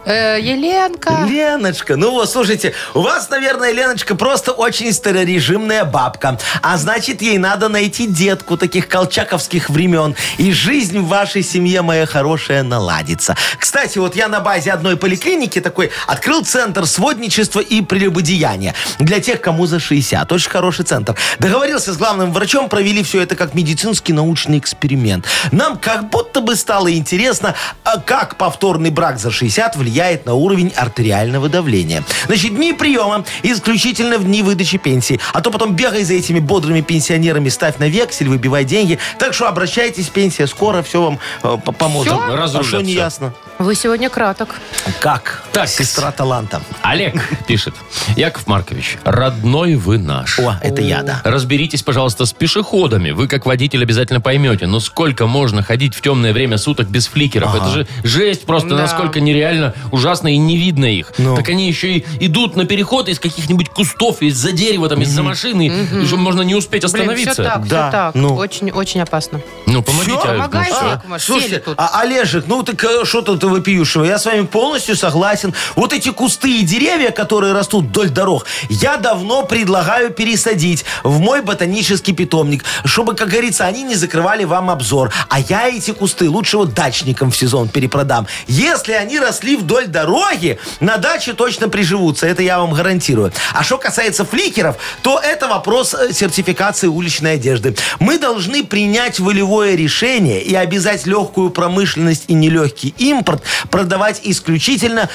Speaker 3: Э, Еленка.
Speaker 4: Леночка. Ну вот, слушайте, у вас, наверное, Леночка просто очень старорежимная бабка. А значит, ей надо найти детку таких колчаковских времен. И жизнь в вашей семье, моя хорошая, наладится. Кстати, вот я на базе одной поликлиники такой открыл центр сводничества и прелюбодеяния. Для тех, кому за 60. Очень хороший центр. Договорился с главным врачом, провели все это как медицинский научный эксперимент. Нам как будто бы стало интересно, а как повторный брак за 60 влияет на уровень артериального давления. Значит, дни приема исключительно в дни выдачи пенсии. А то потом бегай за этими бодрыми пенсионерами, ставь на вексель, выбивай деньги. Так что обращайтесь, пенсия скоро, все вам э, по- поможет.
Speaker 2: Всё? Разрулят
Speaker 4: А что не
Speaker 2: всё.
Speaker 4: ясно?
Speaker 3: Вы сегодня краток.
Speaker 4: Как?
Speaker 2: Так.
Speaker 4: Сестра таланта.
Speaker 2: Олег пишет. Яков Маркович, родной вы наш.
Speaker 4: О, это я, да.
Speaker 2: Разберитесь, пожалуйста, с пешеходами. Вы, как водитель, обязательно поймете, но сколько можно ходить в темное время суток без фликеров? Это же жесть просто,
Speaker 3: Да.
Speaker 2: насколько нереально ужасно и не видно их.
Speaker 4: Ну.
Speaker 2: Так они еще и идут на переход из каких-нибудь кустов, из-за дерева, там, из-за машины, и что можно не успеть
Speaker 3: Блин, все
Speaker 2: остановиться.
Speaker 3: так, все
Speaker 4: Да,
Speaker 3: так.
Speaker 4: ну.
Speaker 3: Очень-очень опасно.
Speaker 2: Ну, помогите.
Speaker 4: Всё,
Speaker 2: Олег, ну,
Speaker 3: помогайте.
Speaker 2: всё.
Speaker 3: Яков Маркович, сели
Speaker 4: слушайте,
Speaker 3: тут.
Speaker 4: а Олежек, ну так э, что тут вопиющего? Я с вами полностью согласен. Вот эти кусты и деревья, которые растут вдоль дорог, я давно предлагаю пересадить в мой ботанический питомник, чтобы, как говорится, они не закрывали вам обзор. А я эти кусты лучше вот дачникам в сезон перепродам. Если они росли вдоль дороги, на даче точно приживутся, это я вам гарантирую. А что касается фликеров, то это вопрос э, сертификации уличной одежды. Мы должны принять волевое решение и обязать легкую промышленность и нелегкий импорт продавать исключительно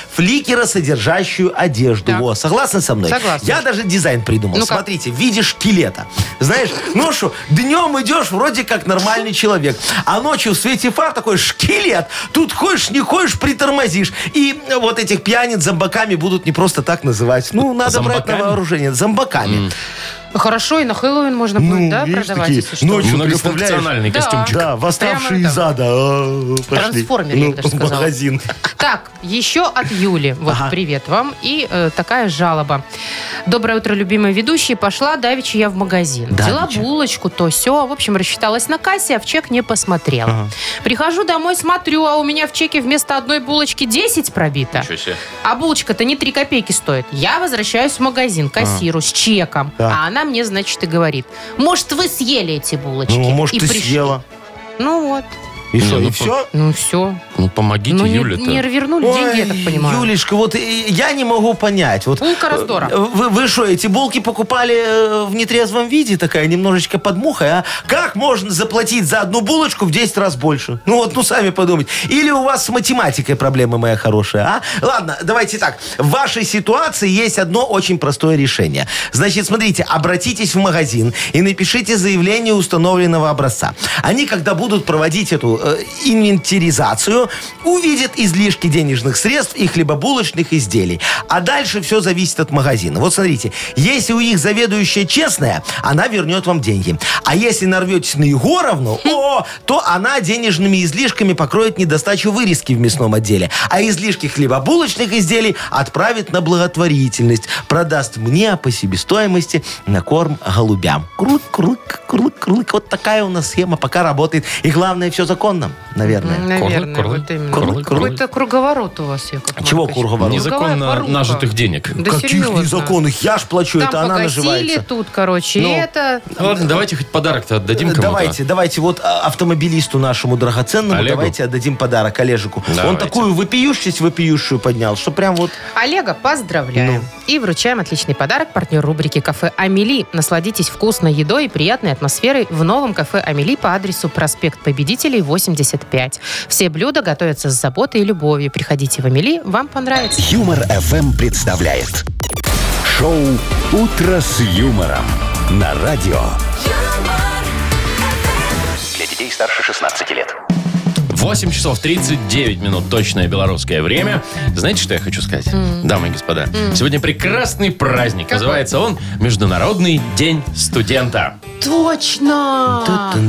Speaker 4: фликеросодержащую одежду.
Speaker 3: Так.
Speaker 4: Во, согласны со мной?
Speaker 3: Согласна.
Speaker 4: Я даже дизайн придумал.
Speaker 3: Ну как?
Speaker 4: Смотрите, в виде шкелета. Знаешь, ну что, днем идешь вроде как нормальный человек, а ночью в свете фар такой шкелет. Тут ходишь, не ходишь, притормозишь. И э, вот этих пьяниц зомбаками будут не просто так называть. Ну, надо брать
Speaker 2: Зомбаками?
Speaker 4: на вооружение. Зомбаками.
Speaker 3: Хорошо, и на Хэллоуин можно будет,
Speaker 4: Ну,
Speaker 3: да,
Speaker 4: видишь,
Speaker 3: продавать,
Speaker 4: такие Ну,
Speaker 3: если что.
Speaker 4: ночью Ты
Speaker 2: Многофункциональный
Speaker 3: представляешь?
Speaker 2: костюмчик.
Speaker 4: Да, восставшие
Speaker 3: Прямо
Speaker 4: из
Speaker 3: там.
Speaker 4: ада. А, пошли. Ну,
Speaker 3: Трансформеры, я бы даже
Speaker 4: в
Speaker 3: сказала.
Speaker 4: магазин.
Speaker 3: Так, еще от Юли. Вот,
Speaker 4: Ага.
Speaker 3: привет вам. И э, такая жалоба. Доброе утро, любимые ведущие. Пошла давеча я в магазин. Взяла
Speaker 4: Давеча.
Speaker 3: булочку, то все. В общем, рассчиталась на кассе, а в чек не посмотрела. Прихожу домой, смотрю, а у меня в чеке вместо одной булочки 10 пробито.
Speaker 2: Ничего себе.
Speaker 3: А булочка-то не 3 копейки стоит. Я возвращаюсь в магазин, к кассиру с чеком.
Speaker 4: А. Да.
Speaker 3: А она мне, значит, и говорит, может, вы съели эти булочки.
Speaker 4: Ну, может,
Speaker 3: И
Speaker 4: ты
Speaker 3: пришли.
Speaker 4: съела.
Speaker 3: Ну вот.
Speaker 4: И что,
Speaker 2: ну,
Speaker 4: и все?
Speaker 3: Ну, все.
Speaker 2: Ну, помогите
Speaker 3: ну, не,
Speaker 2: Юле-то.
Speaker 3: не вернули деньги, я так понимаю.
Speaker 4: Юлечка, вот и я не могу понять. Вот,
Speaker 3: Булка раздора.
Speaker 4: э, Вы, вы что, эти булки покупали э, в нетрезвом виде, такая немножечко под мухой, а? Как можно заплатить за одну булочку в 10 раз больше? Ну вот, ну сами подумайте. Или у вас с математикой проблемы, моя хорошая, а? Ладно, давайте так. В вашей ситуации есть одно очень простое решение. Значит, смотрите, обратитесь в магазин и напишите заявление установленного образца. Они, когда будут проводить эту э, инвентаризацию, увидят излишки денежных средств и хлебобулочных изделий. А дальше все зависит от магазина. Вот смотрите, если у них заведующая честная, она вернет вам деньги. А если нарветесь на Егоровну, о, то она денежными излишками покроет недостачу вырезки в мясном отделе. А излишки хлебобулочных изделий отправит на благотворительность. Продаст мне по себестоимости на корм голубям. Крук, крук, крук, крук. Вот такая у нас схема пока работает. И главное, все законно, наверное.
Speaker 3: Наверное,
Speaker 2: Курлык,
Speaker 3: вот именно.
Speaker 2: курлык, курлык.
Speaker 3: Какой-то круговорот у вас, Яков Маркович.
Speaker 4: Чего круговорот?
Speaker 3: Круговая
Speaker 2: Незаконно
Speaker 3: порука.
Speaker 2: нажитых денег.
Speaker 3: Да
Speaker 4: Каких
Speaker 3: серьезно.
Speaker 4: незаконных? Я ж плачу,
Speaker 3: Там
Speaker 4: это она
Speaker 3: погасили,
Speaker 4: наживается.
Speaker 3: тут, короче,
Speaker 4: Ну.
Speaker 3: и это...
Speaker 2: Ладно, давайте хоть подарок-то отдадим кому-то.
Speaker 4: Давайте, давайте, вот а, автомобилисту нашему драгоценному
Speaker 2: Олегу?
Speaker 4: давайте отдадим подарок Олежику. Он
Speaker 2: Давайте.
Speaker 4: такую выпиющесть выпиющую поднял, что прям вот...
Speaker 3: Олега поздравляем. И вручаем отличный подарок партнер рубрики «Кафе Амели». Насладитесь вкусной едой и приятной атмосферой в новом кафе Амели по адресу проспект Победителей, 85. Все блюда готовятся с заботой и любовью. Приходите в Амели, вам понравится.
Speaker 1: Юмор FM представляет шоу Утро с юмором на радио.
Speaker 7: юмор,
Speaker 6: Для детей старше 16 лет.
Speaker 2: 8 часов 39 минут точное белорусское время. Знаете, что я хочу сказать, дамы и господа? Сегодня прекрасный праздник. Называется он Международный день студента.
Speaker 3: Точно!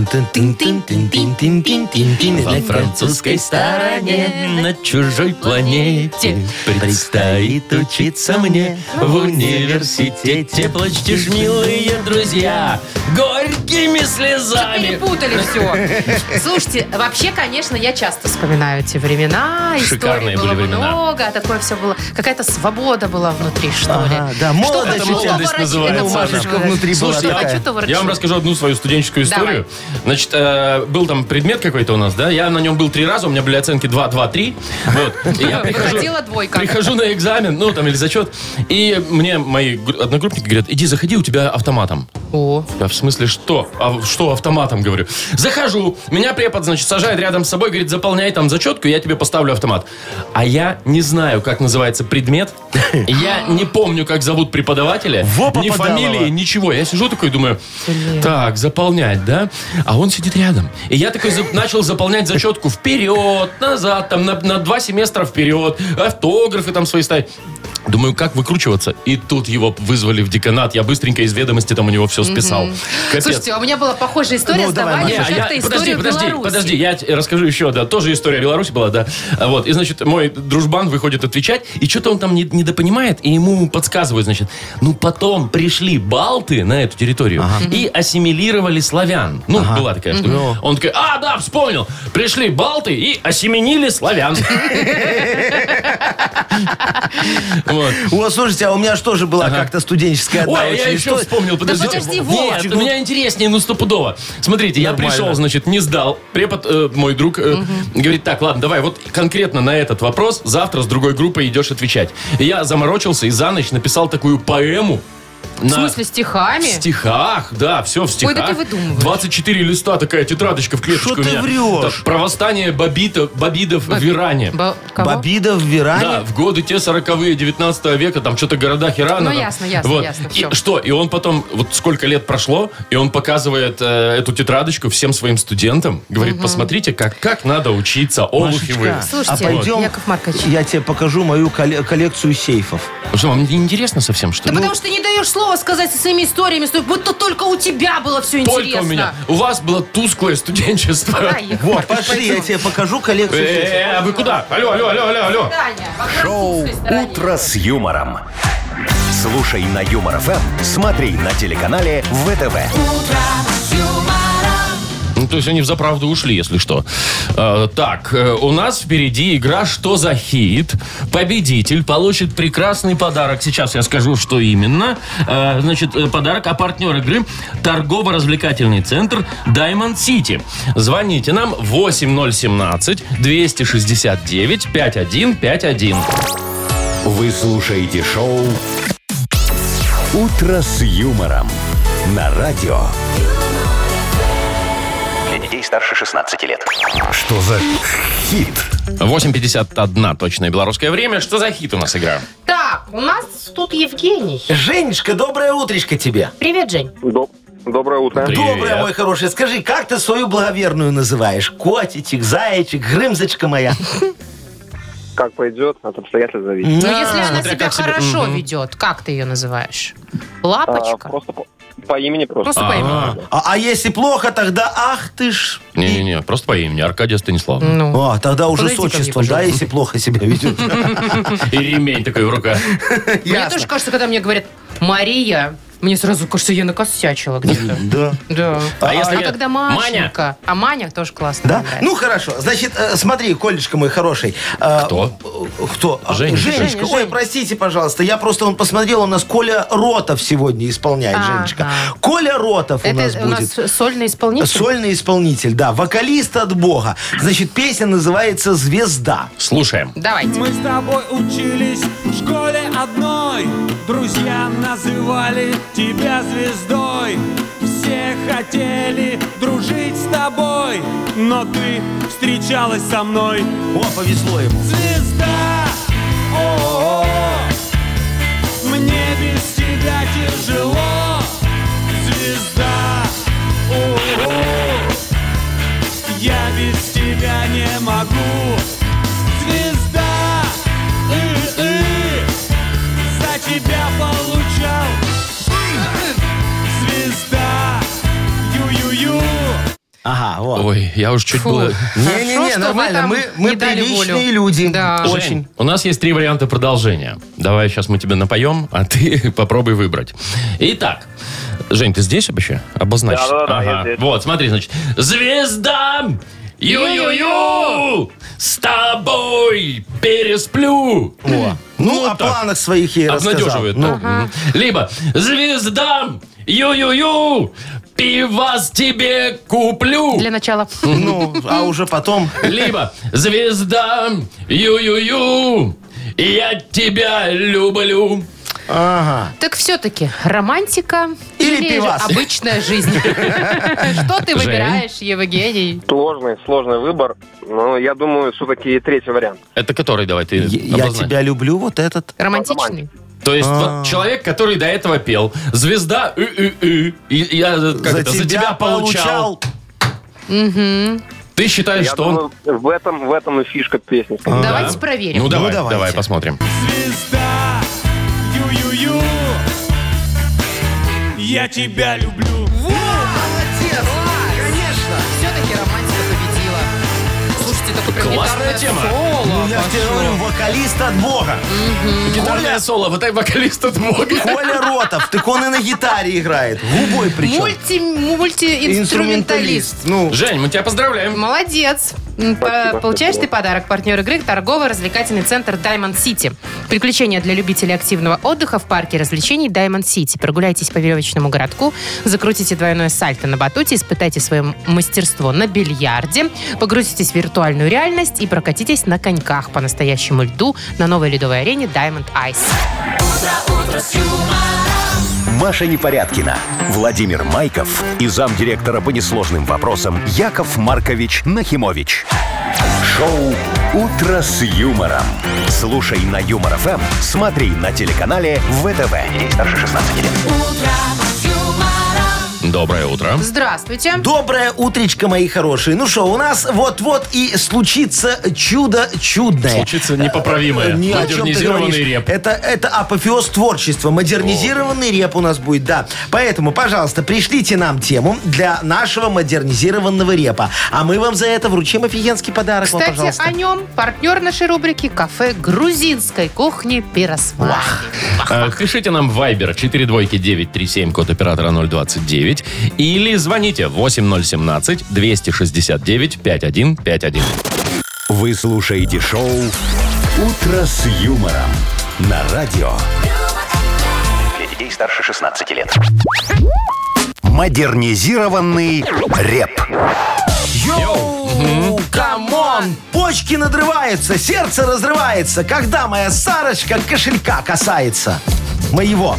Speaker 2: Во французской стороне, на чужой планете Предстоит учиться мне в университете Плачьте ж, милые друзья, горькими слезами
Speaker 3: Перепутали все. Слушайте, вообще, конечно, я часто вспоминаю эти времена. историй
Speaker 2: Шикарные
Speaker 3: было
Speaker 2: были времена.
Speaker 3: много, а такое все было. Какая-то свобода была внутри, что ли.
Speaker 4: Ага, да, молодость
Speaker 2: это молодость называется,
Speaker 4: у Машечка внутри была
Speaker 3: Слушай, а
Speaker 4: такая.
Speaker 3: что ты ворочишь?
Speaker 2: Я вам расскажу одну свою студенческую историю. Значит, э, был там предмет какой-то у нас, да? Я на нем был три раза, у меня были оценки 2, 2, 3. Вот. И я прихожу,
Speaker 3: Выходила двойка.
Speaker 2: прихожу на экзамен, ну, там, или зачет. И мне мои гру- одногруппники говорят, иди, заходи, у тебя автоматом.
Speaker 3: О,
Speaker 2: Я в смысле, что? А в- что автоматом, говорю? Захожу, меня препод, значит, сажает рядом с собой, говорит, заполняй там зачетку, я тебе поставлю автомат. А я не знаю, как называется предмет, я не помню, как зовут преподавателя,
Speaker 4: Во
Speaker 2: ни
Speaker 4: попадалово.
Speaker 2: фамилии, ничего. Я сижу такой, думаю, так, заполнять, да? А он сидит рядом. И я такой за- начал заполнять зачетку вперед, назад, там, на, на два семестра вперед, автографы там свои ставить. Думаю, как выкручиваться? И тут его вызвали в деканат. Я быстренько из ведомости там у него все списал. Капец.
Speaker 3: слушайте, а у меня была похожая история,
Speaker 4: Ну, давай,
Speaker 3: сдавали
Speaker 2: Не, а
Speaker 3: как-то
Speaker 2: я-
Speaker 3: историю
Speaker 2: подожди, подожди,
Speaker 3: Беларуси.
Speaker 2: подожди, я те- расскажу еще, да, тоже история Беларуси была, да. А Вот, и, значит, мой дружбан выходит отвечать, и что-то он там не- недопонимает, и ему подсказывают, значит, ну, потом пришли балты на эту территорию и ассимилировали славян. Ну, была такая штука. Он такой, а, да, вспомнил, пришли балты и ассимилили славян. Вот.
Speaker 4: О, слушайте, а у меня же тоже была
Speaker 2: Ага.
Speaker 4: как-то студенческая одна
Speaker 2: Ой, я
Speaker 4: очень
Speaker 2: еще
Speaker 4: история.
Speaker 2: вспомнил, подожди.
Speaker 3: подожди, Вовчик,
Speaker 2: Нет,
Speaker 4: ну-
Speaker 2: у меня интереснее, ну стопудово. Смотрите, я
Speaker 4: Нормально.
Speaker 2: пришел, значит, не сдал. Препод, э, мой друг, э, говорит, так, ладно, давай, вот конкретно на этот вопрос завтра с другой группой идешь отвечать. И я заморочился и за ночь написал такую поэму.
Speaker 3: В смысле, стихами?
Speaker 2: В стихах, да, все в стихах.
Speaker 3: да ты выдумываешь.
Speaker 2: 24 листа, такая тетрадочка в клеточку
Speaker 4: Шо
Speaker 2: у
Speaker 4: ты
Speaker 2: меня.
Speaker 4: врешь?
Speaker 2: Да, про восстание бобитов, бобидов в Иране.
Speaker 3: Ба- кого?
Speaker 4: Бобида в Веране.
Speaker 2: Да, в годы те 40-е, 19 века, там что-то города Хирана.
Speaker 3: Ну,
Speaker 2: там.
Speaker 3: ясно, ясно,
Speaker 2: Вот.
Speaker 3: ясно,
Speaker 2: И
Speaker 3: всё.
Speaker 2: что, и он потом, вот сколько лет прошло, и он показывает э, эту тетрадочку всем своим студентам, говорит, посмотрите, как, как надо учиться, олухи вы.
Speaker 4: Машечка,
Speaker 3: Слушайте,
Speaker 4: а пойдем,
Speaker 3: Яков Маркович.
Speaker 4: я тебе покажу мою колле- коллекцию сейфов.
Speaker 2: Что, вам не интересно совсем, что
Speaker 3: Да
Speaker 2: ли?
Speaker 4: ну.
Speaker 3: потому что не даешь слова сказать со своими историями, что будто только у тебя было все
Speaker 2: Только
Speaker 3: интересно.
Speaker 2: у меня. У вас было тусклое студенчество.
Speaker 3: Да, Яков
Speaker 4: Вот,
Speaker 3: Маркович,
Speaker 4: пошли, я
Speaker 3: пойдем.
Speaker 4: тебе покажу коллекцию сейфов.
Speaker 2: Э, а вы куда? Алло, алло, алло, алло, алло.
Speaker 3: Таня, во
Speaker 1: Шоу
Speaker 3: французской стороне.
Speaker 1: Утро с юмором. Слушай на Юмор ФМ, смотри на телеканале ВТВ.
Speaker 7: с юмором,
Speaker 2: Ну, тут то есть они в заправду ушли, если что. Э, так, э, у нас впереди игра «Что за хит?». Победитель получит прекрасный подарок. Сейчас я скажу, что именно. Э, значит, э, подарок, а партнер игры – торгово-развлекательный центр Diamond City. Звоните нам 8017-269-5151.
Speaker 1: Вы слушаете шоу «Утро с юмором» на радио.
Speaker 6: Для детей старше 16 лет.
Speaker 1: Что за хит?
Speaker 2: 8.51 точное белорусское время. Что за хит у нас игра?
Speaker 3: Так, у нас тут Евгений.
Speaker 4: Женечка, доброе утречко тебе.
Speaker 3: Привет, Жень.
Speaker 5: Доб- Доброе утро.
Speaker 2: Привет.
Speaker 4: Доброе, мой хороший. Скажи, как ты свою благоверную называешь? Котичек, заячек, грымзочка моя.
Speaker 5: Как пойдет, от обстоятельств зависит.
Speaker 3: Ну,
Speaker 2: Да,
Speaker 3: если она
Speaker 2: смотря
Speaker 3: себя
Speaker 2: как себя-
Speaker 3: хорошо
Speaker 2: Мгм.
Speaker 3: ведет, как ты ее называешь?
Speaker 5: А,
Speaker 3: Лапочка? Ну,
Speaker 5: просто по, по имени просто.
Speaker 3: Просто по имени.
Speaker 2: А,
Speaker 4: А, а если плохо, тогда ах ты ж.
Speaker 2: Не-не-не, просто по имени. Аркадия Станиславовна.
Speaker 3: Ну.
Speaker 4: О, тогда уже
Speaker 3: Подойди
Speaker 4: с
Speaker 3: ко мне,
Speaker 4: отчеством, да,
Speaker 3: пожалуйста.
Speaker 4: если плохо себя ведет.
Speaker 2: И ремень такой в руках.
Speaker 3: Мне
Speaker 4: Ясно.
Speaker 3: тоже кажется, когда мне говорят «Мария», мне сразу кажется, я накосячила где-то.
Speaker 4: Да.
Speaker 3: Да.
Speaker 2: А если
Speaker 3: а
Speaker 2: я-
Speaker 3: когда
Speaker 2: Маня?
Speaker 3: Машенька? А Маня тоже классно.
Speaker 4: Да?
Speaker 3: играет.
Speaker 4: Ну хорошо. Значит, э, смотри, Колечка мой хороший. Э,
Speaker 2: Кто?
Speaker 4: э, Кто? А,
Speaker 2: Женя.
Speaker 4: Женечка.
Speaker 3: Женя,
Speaker 4: Ой,
Speaker 3: Жень.
Speaker 4: простите, пожалуйста. Я просто он посмотрел, у нас Коля Ротов сегодня исполняет,
Speaker 3: Ага.
Speaker 4: Женечка. Коля Ротов у нас
Speaker 3: Это у
Speaker 4: будет.
Speaker 3: нас сольный исполнитель?
Speaker 4: Сольный исполнитель, да. Вокалист от Бога. Значит, песня называется «Звезда».
Speaker 2: Слушаем.
Speaker 3: Давайте.
Speaker 7: Мы с тобой учились в школе одной Друзья называли тебя звездой Все хотели дружить с тобой Но ты встречалась со мной
Speaker 4: О, повезло ему.
Speaker 7: Звезда, о Мне без тебя тяжело Звезда, о Я без тебя не могу Звезда, э-э, За тебя получал Звезда, ю-ю-ю
Speaker 4: Ага, вот.
Speaker 2: Ой, я уже чуть
Speaker 3: Фу.
Speaker 2: было...
Speaker 3: Хорошо,
Speaker 4: Не-не-не, ну,
Speaker 3: что
Speaker 4: нормально.
Speaker 3: вы
Speaker 4: Мы,
Speaker 3: там
Speaker 4: мы
Speaker 3: не дали
Speaker 4: приличные
Speaker 3: волю.
Speaker 4: люди.
Speaker 3: Да.
Speaker 2: Жень, у нас есть три варианта продолжения. Давай сейчас мы тебе напоем, а ты попробуй выбрать. Итак, Жень, ты здесь вообще? Обозначь.
Speaker 5: Да-да-да, я здесь.
Speaker 2: Вот, смотри, значит. Звезда! Ю-ю-ю! С тобой пересплю!
Speaker 4: О. Ну, о планах своих я и рассказал.
Speaker 2: Обнадеживает.
Speaker 4: Ну,
Speaker 2: да? Либо звезда! Ю-ю-ю! Пивас тебе куплю!
Speaker 3: Для начала.
Speaker 4: ну, а уже потом...
Speaker 2: Либо звезда, ю-ю-ю, я тебя люблю.
Speaker 4: Ага.
Speaker 3: Так все-таки романтика
Speaker 4: Или пивас.
Speaker 3: обычная жизнь? Что ты выбираешь, Евгений?
Speaker 5: Сложный, сложный выбор. Но я думаю, все-таки третий вариант.
Speaker 2: Это который, давай, ты
Speaker 4: Я я
Speaker 2: обознай.
Speaker 4: тебя А. люблю, вот этот.
Speaker 3: Романтичный?
Speaker 2: То есть вот человек, который до этого пел, звезда, ы-ы-ы, и я э, как это, за тебя получал. Ты считаешь,
Speaker 5: я
Speaker 2: что он...
Speaker 5: думаю, в этом, в этом и фишка песни.
Speaker 4: А,
Speaker 3: Давайте
Speaker 2: Да?
Speaker 3: проверим.
Speaker 2: Ну давай,
Speaker 4: давайте.
Speaker 2: давай посмотрим.
Speaker 7: Звезда, ю-ю-ю, я тебя люблю.
Speaker 3: Все-таки романтика победила. Слушайте, такое прям
Speaker 2: Классная
Speaker 3: гитарное
Speaker 2: тема.
Speaker 3: соло
Speaker 4: Я тебе говорю,
Speaker 3: пошло.
Speaker 4: вокалист от Бога.
Speaker 2: Гитарное соло, вот так вокалист от Бога.
Speaker 4: Коля Ротов, так он и на гитаре играет. Губой причем.
Speaker 3: Мульти- Мультиинструменталист.
Speaker 4: Ну,
Speaker 2: Жень, мы тебя поздравляем.
Speaker 3: Молодец. М, по- Получаешь ты подарок. Партнер игры торгово-развлекательный центр Diamond City. Приключения для любителей активного отдыха в парке развлечений Diamond City. Прогуляйтесь по веревочному городку, закрутите двойное сальто на батуте, испытайте свое мастерство на бильярде, погрузитесь в виртуальную реальность и прокатитесь на коньках по настоящему льду на новой ледовой арене Diamond Ice.
Speaker 1: Маша Непорядкина, Владимир Майков и замдиректора по несложным вопросам Яков Маркович Нахимович. Шоу «Утро с юмором». Слушай на Юмор ФМ, смотри на телеканале ВТВ. Ей старше 16 лет.
Speaker 2: Доброе утро.
Speaker 3: Здравствуйте.
Speaker 4: Доброе утречко, мои хорошие. Ну что, у нас вот-вот и случится чудо чудное.
Speaker 2: Случится непоправимое.
Speaker 4: Не, Э, о чем ты
Speaker 2: Модернизированный
Speaker 4: говоришь.
Speaker 2: реп.
Speaker 4: Это, это апофеоз творчества. Модернизированный реп у нас будет, да. Поэтому, пожалуйста, пришлите нам тему для нашего модернизированного репа. А мы вам за это вручим офигенский подарок. вам,
Speaker 3: Кстати,
Speaker 4: пожалуйста.
Speaker 3: о нем партнер нашей рубрики «Кафе грузинской кухни Пиросмани».
Speaker 2: Э, Пишите нам в Viber 42937, код оператора 029. 925. Или звоните 8017-269-5151.
Speaker 1: Вы слушаете шоу «Утро с юмором» на радио
Speaker 6: Для детей старше 16 лет.
Speaker 1: «Модернизированный реп».
Speaker 4: Йоу, камон! Почки надрываются, сердце разрывается, когда моя Сарочка кошелька касается. Моего.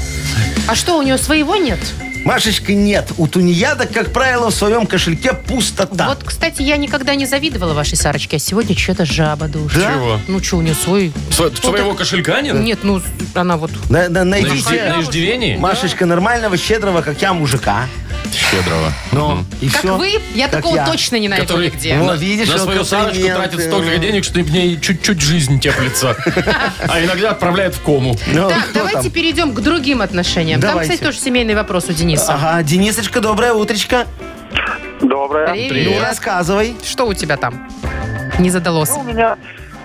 Speaker 3: А что, у нее своего нет?
Speaker 4: Машечка, нет. У тунеядок, как правило, в своем кошельке пустота.
Speaker 3: Вот, кстати, я никогда не завидовала вашей Сарочке, а сегодня что-то жаба душа.
Speaker 4: Да?
Speaker 2: Чего?
Speaker 3: Ну что, у нее свой...
Speaker 2: Сво- Своего кошелька нет?
Speaker 3: Нет, ну, она вот...
Speaker 4: На-
Speaker 2: На
Speaker 4: на- найдите,
Speaker 2: ижде- на иждивении?
Speaker 4: Машечка, нормального, щедрого, как я, мужика.
Speaker 2: Щедрого.
Speaker 4: Ну, и
Speaker 3: Как
Speaker 4: все.
Speaker 3: вы, я
Speaker 4: Как
Speaker 3: такого
Speaker 4: я.
Speaker 3: точно не найду
Speaker 2: Который
Speaker 3: нигде.
Speaker 2: на,
Speaker 4: Вот, видишь,
Speaker 2: на
Speaker 4: он
Speaker 2: свою Сарочку
Speaker 4: комплименты.
Speaker 2: тратит столько денег, что в ней чуть-чуть жизнь теплится. А иногда отправляет в кому.
Speaker 4: Ну,
Speaker 3: Так,
Speaker 4: кто
Speaker 3: давайте
Speaker 4: там?
Speaker 3: перейдем к другим отношениям.
Speaker 4: Давайте.
Speaker 3: Там, кстати, тоже семейный вопрос у Дениса.
Speaker 4: Ага, Денисочка, доброе утречко.
Speaker 5: Доброе.
Speaker 3: Привет.
Speaker 4: Ну, рассказывай.
Speaker 3: Что у тебя там? Не задалось.
Speaker 5: Ну, у меня...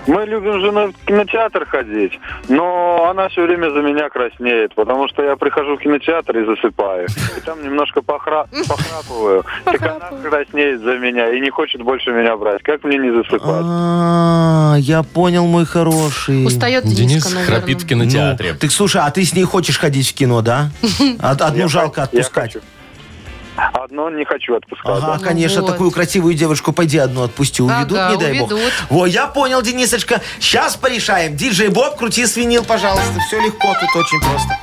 Speaker 5: Мы любим же на кинотеатр ходить, но она все время за меня краснеет, потому что я прихожу в кинотеатр и засыпаю. И там немножко похра... похрапываю. Так она краснеет за меня и не хочет больше меня брать. Как мне не засыпать?
Speaker 4: А, я понял, мой хороший.
Speaker 3: Устает
Speaker 2: Денис
Speaker 3: Дениска, наверное.
Speaker 2: храпит в
Speaker 4: Ну,
Speaker 2: кинотеатре.
Speaker 4: так слушай, а ты с ней хочешь ходить в кино, да? Од- Одну
Speaker 5: Я
Speaker 4: Ну, жалко
Speaker 5: хочу- я
Speaker 4: отпускать.
Speaker 5: хочу. Одно не хочу отпускать.
Speaker 4: Ага,
Speaker 3: Ну
Speaker 4: конечно,
Speaker 3: вот.
Speaker 4: такую красивую девушку пойди одну отпусти. Уведут,
Speaker 3: Ага,
Speaker 4: не дай бог.
Speaker 3: уведут.
Speaker 4: Во, я понял, Денисочка. Сейчас порешаем. Диджей Боб, крути свинил, пожалуйста. Все легко, тут очень просто.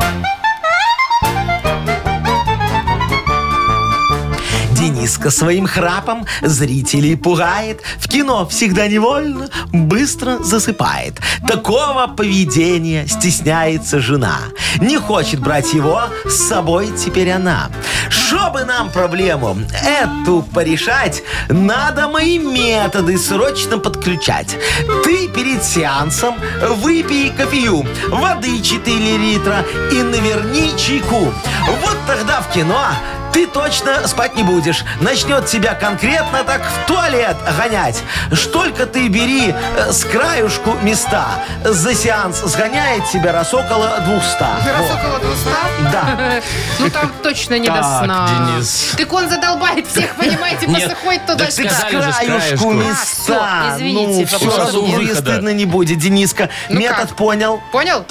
Speaker 4: Дениска своим храпом зрителей пугает. В кино всегда невольно, быстро засыпает. Такого поведения стесняется жена. Не хочет брать его с собой теперь она. Чтобы нам проблему эту порешать, надо мои методы срочно подключать. Ты перед сеансом выпей кофею, воды 4 литра и наверни чайку. Вот тогда в кино ты точно спать не будешь. Начнет тебя конкретно так в туалет гонять. Ж Только ты бери э, с краюшку места. За сеанс сгоняет тебя раз около 200.
Speaker 3: Раз
Speaker 4: Во.
Speaker 3: около 200?
Speaker 4: Да.
Speaker 3: Ну там точно не до
Speaker 2: Так,
Speaker 3: сна.
Speaker 2: Денис.
Speaker 3: Так он задолбает всех, понимаете,
Speaker 2: Нет,
Speaker 3: посыхой туда
Speaker 2: так ты
Speaker 3: сюда.
Speaker 2: сказал. Сказали же, с краешку.
Speaker 4: Краюшку места.
Speaker 3: А, всё, извините,
Speaker 4: ну, все,
Speaker 3: вопрос
Speaker 2: у
Speaker 4: тебе
Speaker 2: выхода.
Speaker 4: стыдно не будет, Дениска.
Speaker 3: Ну
Speaker 4: Метод
Speaker 3: как?
Speaker 4: понял.
Speaker 3: Понял?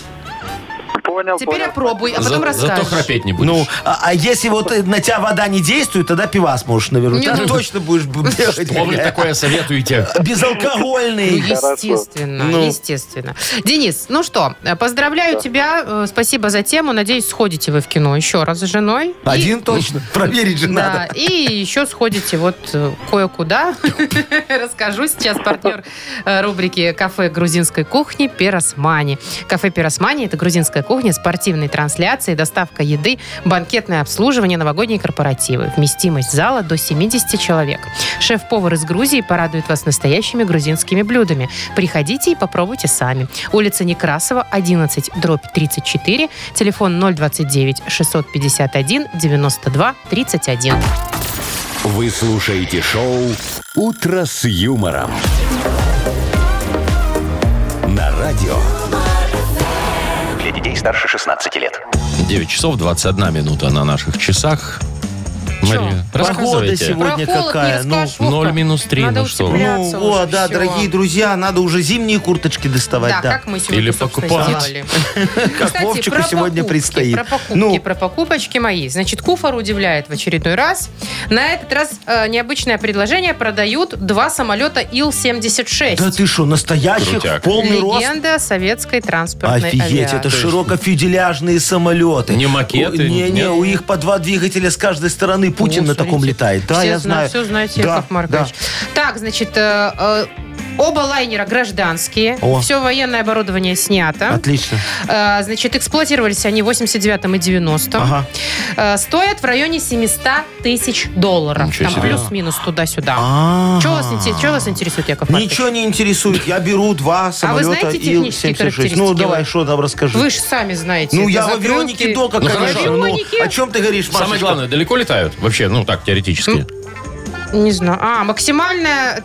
Speaker 5: Понял,
Speaker 3: Теперь
Speaker 5: понял.
Speaker 3: опробуй, а потом
Speaker 2: За-
Speaker 3: расскажешь.
Speaker 2: Зато храпеть не будешь.
Speaker 4: Ну, а, а если вот э, на тебя вода не действует, тогда пивас можешь навернуть.
Speaker 3: Не,
Speaker 4: Там
Speaker 3: ну-
Speaker 4: точно будешь б- бегать.
Speaker 2: Помню, такое советуете.
Speaker 3: Ну,
Speaker 4: Безалкогольный.
Speaker 3: естественно,
Speaker 4: Ну.
Speaker 3: естественно. Денис, ну что, э, поздравляю тебя, э, спасибо за тему, надеюсь, сходите вы в кино еще раз с женой. И-
Speaker 4: Один точно. Проверить же
Speaker 3: Да,
Speaker 4: надо.
Speaker 3: и еще сходите вот э, кое-куда. Расскажу сейчас партнер э, рубрики «Кафе грузинской кухни» Пиросмани. Кафе Пиросмани – это грузинская кухня, спортивные трансляции, доставка еды, банкетное обслуживание, новогодние корпоративы. Вместимость зала до 70 человек. Шеф-повар из Грузии порадует вас настоящими грузинскими блюдами. Приходите и попробуйте сами. Улица Некрасова, 11, дробь 34, телефон 029-651-92-31.
Speaker 1: Вы слушаете шоу «Утро с юмором». На радио
Speaker 6: Для детей старше 16 лет.
Speaker 2: 9 часов 21 минута на наших часах. Мария,
Speaker 4: Погода
Speaker 2: рассказывайте.
Speaker 4: сегодня
Speaker 3: Про холод не
Speaker 4: какая. Ну,
Speaker 3: расскажешь, Вовка.
Speaker 2: 0 минус 3,
Speaker 3: Надо
Speaker 2: ну что вы.
Speaker 3: утеплять.
Speaker 4: Ну,
Speaker 3: Пляться
Speaker 4: о,
Speaker 3: уже,
Speaker 4: да,
Speaker 3: всё.
Speaker 4: дорогие друзья, надо уже зимние курточки доставать,
Speaker 3: Да,
Speaker 4: да.
Speaker 3: как мы сегодня,
Speaker 2: Или
Speaker 3: собственно,
Speaker 2: покупать.
Speaker 3: сделали.
Speaker 4: Как
Speaker 3: Кстати,
Speaker 4: Вовчику
Speaker 3: про
Speaker 4: сегодня
Speaker 3: покупки,
Speaker 4: предстоит.
Speaker 3: Про покупки,
Speaker 4: Ну.
Speaker 3: про покупочки мои. Значит, Куфар удивляет в очередной раз. На этот раз э, необычное предложение продают два самолета Ил-76.
Speaker 4: Да ты что, настоящих,
Speaker 2: Крутяк.
Speaker 4: в полный рост?
Speaker 3: Легенда советской транспортной
Speaker 4: Офигеть,
Speaker 3: авиации.
Speaker 4: это широкофюзеляжные самолеты.
Speaker 2: Не макеты,
Speaker 4: О, Не,
Speaker 2: нет?
Speaker 4: не, у них по два двигателя с каждой стороны. Путин на
Speaker 3: О,
Speaker 4: таком
Speaker 3: смотрите.
Speaker 4: летает. Да,
Speaker 3: Все
Speaker 4: я
Speaker 3: зна-
Speaker 4: знаю.
Speaker 3: Все знаете,
Speaker 4: Да,
Speaker 3: Яков Маркович. Так, значит, э, э, оба лайнера гражданские.
Speaker 4: О.
Speaker 3: Все военное оборудование
Speaker 4: да.
Speaker 3: снято.
Speaker 4: Отлично.
Speaker 3: Э, значит, эксплуатировались они в 89-м и 90-м.
Speaker 4: Ага.
Speaker 3: Э, стоят в районе 700 тысяч долларов.
Speaker 2: Ничего
Speaker 3: Там
Speaker 2: себе.
Speaker 3: плюс-минус туда-сюда.
Speaker 4: А.
Speaker 3: Что вас, интерес- чё вас интересует, Яков Маркович?
Speaker 4: Ничего не интересует. Я беру два самолета
Speaker 3: знаете технические
Speaker 4: Ил-76. Ну,
Speaker 3: характеристики?
Speaker 4: давай, что там расскажи.
Speaker 3: Вы же сами знаете.
Speaker 4: ну,
Speaker 3: это
Speaker 4: я в
Speaker 3: закрылки.
Speaker 4: авионике долго,
Speaker 2: Ну,
Speaker 4: конечно.
Speaker 2: хорошо.
Speaker 4: Ну,
Speaker 3: Авионики.
Speaker 4: о чем ты говоришь,
Speaker 2: Самое
Speaker 4: Машечка?
Speaker 2: главное, далеко летают? Вообще, ну так, теоретически.
Speaker 3: Не знаю. А, максимально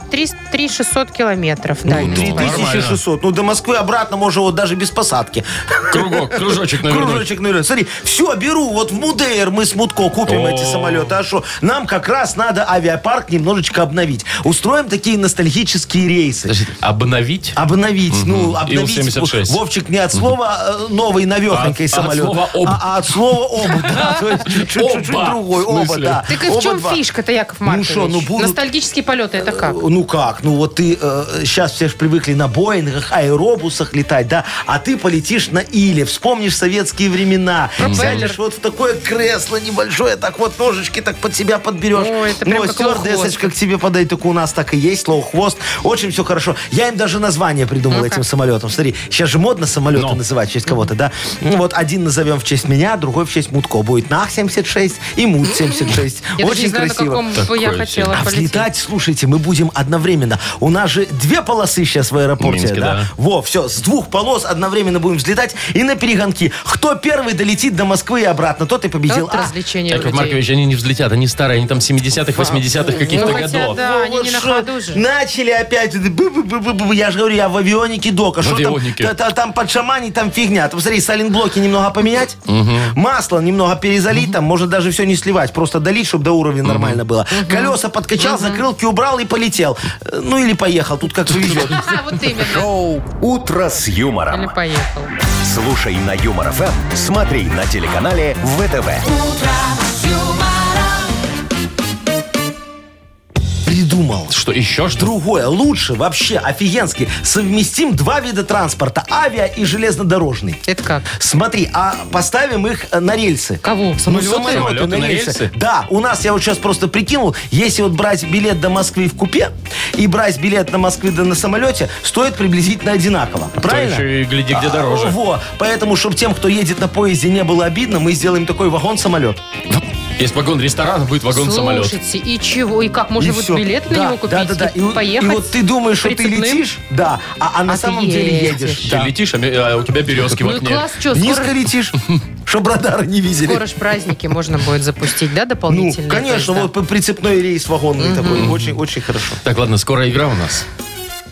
Speaker 3: 3600 километров. Да,
Speaker 2: Ну,
Speaker 3: есть.
Speaker 4: 3600. Ну, до Москвы обратно можно вот даже без посадки.
Speaker 2: Кругок, кружочек наверное.
Speaker 4: Кружочек наверное. Смотри, все, беру. Вот в Мудейр мы с Мутко купим
Speaker 2: О.
Speaker 4: эти самолеты. А что? Нам как раз надо авиапарк немножечко обновить. Устроим такие ностальгические рейсы.
Speaker 2: Обновить?
Speaker 4: Обновить, ну, обновить.
Speaker 2: Ил-76.
Speaker 4: Вовчик не от слова э, новый, новехонький
Speaker 2: А от- а от
Speaker 4: самолет.
Speaker 2: слова «об».
Speaker 4: А, а от слова оба, да. То есть чуть- чуть- Чуть-чуть
Speaker 2: Оба.
Speaker 4: другой,
Speaker 2: В смысле?
Speaker 4: оба, да.
Speaker 3: Так и в
Speaker 4: Оба
Speaker 3: чем
Speaker 4: два.
Speaker 3: фишка-то, Яков
Speaker 4: Ну
Speaker 3: Маркович?
Speaker 4: шо, ну будут-
Speaker 3: Ностальгические полеты, это как?
Speaker 4: Ну как? Ну вот ты сейчас все же привыкли на Боингах, аэробусах летать, да? А ты полетишь на Иле, вспомнишь советские времена.
Speaker 3: Пропеллер.
Speaker 4: Сядешь вот в такое кресло небольшое, так вот ножички так под себя подберешь.
Speaker 3: Ой, это прям
Speaker 4: Ну, а
Speaker 3: как лоухвост.
Speaker 4: стюардессочка как к тебе подойдет, только у нас так и есть, лоу-хвост. Очень все хорошо. Я им даже название придумал этим самолетом. Смотри, сейчас же модно самолеты
Speaker 2: Ну.
Speaker 4: называть в честь кого-то, да? Ну, вот один назовем в честь меня, другой в честь Мутко. Будет НАХ-76 и Мут-76.
Speaker 3: Я даже не
Speaker 4: Очень
Speaker 3: знаю, на
Speaker 4: красиво.
Speaker 3: каком бы я
Speaker 2: Такое
Speaker 3: хотела
Speaker 4: А
Speaker 3: полететь.
Speaker 4: взлетать, слушайте, мы будем одновременно. У нас же две полосы сейчас в аэропорте,
Speaker 2: Минске,
Speaker 4: да?
Speaker 2: да.
Speaker 4: Во, все, с двух полос одновременно будем взлетать и на перегонки. Кто первый долетит до Москвы и обратно, тот и победил.
Speaker 3: Вот
Speaker 4: А,
Speaker 3: развлечение
Speaker 2: Яков
Speaker 3: людей.
Speaker 2: Маркович, они не взлетят, они старые, они там 70-х, 80-х каких-то
Speaker 3: Ну, хотя
Speaker 2: годов.
Speaker 3: да, они не на
Speaker 4: шо,
Speaker 3: ходу же.
Speaker 4: Начали опять. вот, бу-бу-бу-бу-бу. Я же говорю, я в авионике дока.
Speaker 2: В
Speaker 4: Что там?
Speaker 2: авионике.
Speaker 4: Та- та- Там под шамани, там фигня. Там, смотри, саленблоки немного поменять, масло немного перезалить, там, может даже все не сливать, просто долить, чтобы до уровня нормально было. Колеса подкачал, закрылки убрал и полетел. Э, Ну или поехал, тут как повезет.
Speaker 3: А, вот именно.
Speaker 1: Шоу «Утро с
Speaker 3: Или
Speaker 1: юмором».
Speaker 3: поехал.
Speaker 1: Слушай на Юмор ФМ, смотри на телеканале ВТВ.
Speaker 4: Придумал.
Speaker 2: Что, еще что?
Speaker 4: Другое, лучше, вообще, офигенски. Совместим два вида транспорта, авиа и железнодорожный.
Speaker 3: Это как?
Speaker 4: Смотри, а поставим их э, на рельсы.
Speaker 3: Кого?
Speaker 4: Ну,
Speaker 3: Самолеты?
Speaker 4: самолеты,
Speaker 2: Самолеты
Speaker 4: на
Speaker 2: на
Speaker 4: рельсы.
Speaker 2: рельсы?
Speaker 4: Да, у нас, я вот сейчас просто прикинул, если вот брать билет до Москвы в купе и брать билет на Москвы да на самолете, стоит приблизительно одинаково. Правильно?
Speaker 2: еще А и гляди, где
Speaker 4: А,
Speaker 2: дороже.
Speaker 4: во. Поэтому, чтобы тем, кто едет на поезде, не было обидно, мы сделаем такой вагон-самолет.
Speaker 2: Есть вагон ресторана, будет вагон-самолет.
Speaker 3: Слушайте, и чего? И как? Можно
Speaker 4: И
Speaker 3: вот
Speaker 4: всё.
Speaker 3: билет на
Speaker 4: Да,
Speaker 3: него купить?
Speaker 4: Да, да, да. И,
Speaker 3: И,
Speaker 4: вот-
Speaker 3: поехать?
Speaker 4: и вот ты думаешь, что ты
Speaker 3: прицепным?
Speaker 4: летишь, да, а, а на
Speaker 3: А ты
Speaker 4: самом деле
Speaker 3: едешь.
Speaker 4: едешь.
Speaker 2: Ты
Speaker 4: да.
Speaker 2: летишь, а ми- а у тебя березки в
Speaker 3: Ну и
Speaker 2: окне.
Speaker 3: класс, что,
Speaker 4: Низко
Speaker 3: скоро,
Speaker 4: летишь, чтобы радары не видели.
Speaker 3: скоро ж праздники можно будет запустить, да,
Speaker 4: ну,
Speaker 3: дополнительные?
Speaker 4: конечно,
Speaker 3: поезда?
Speaker 4: вот прицепной рейс вагонный такой. Очень-очень хорошо.
Speaker 2: Так, ладно, скоро игра у нас.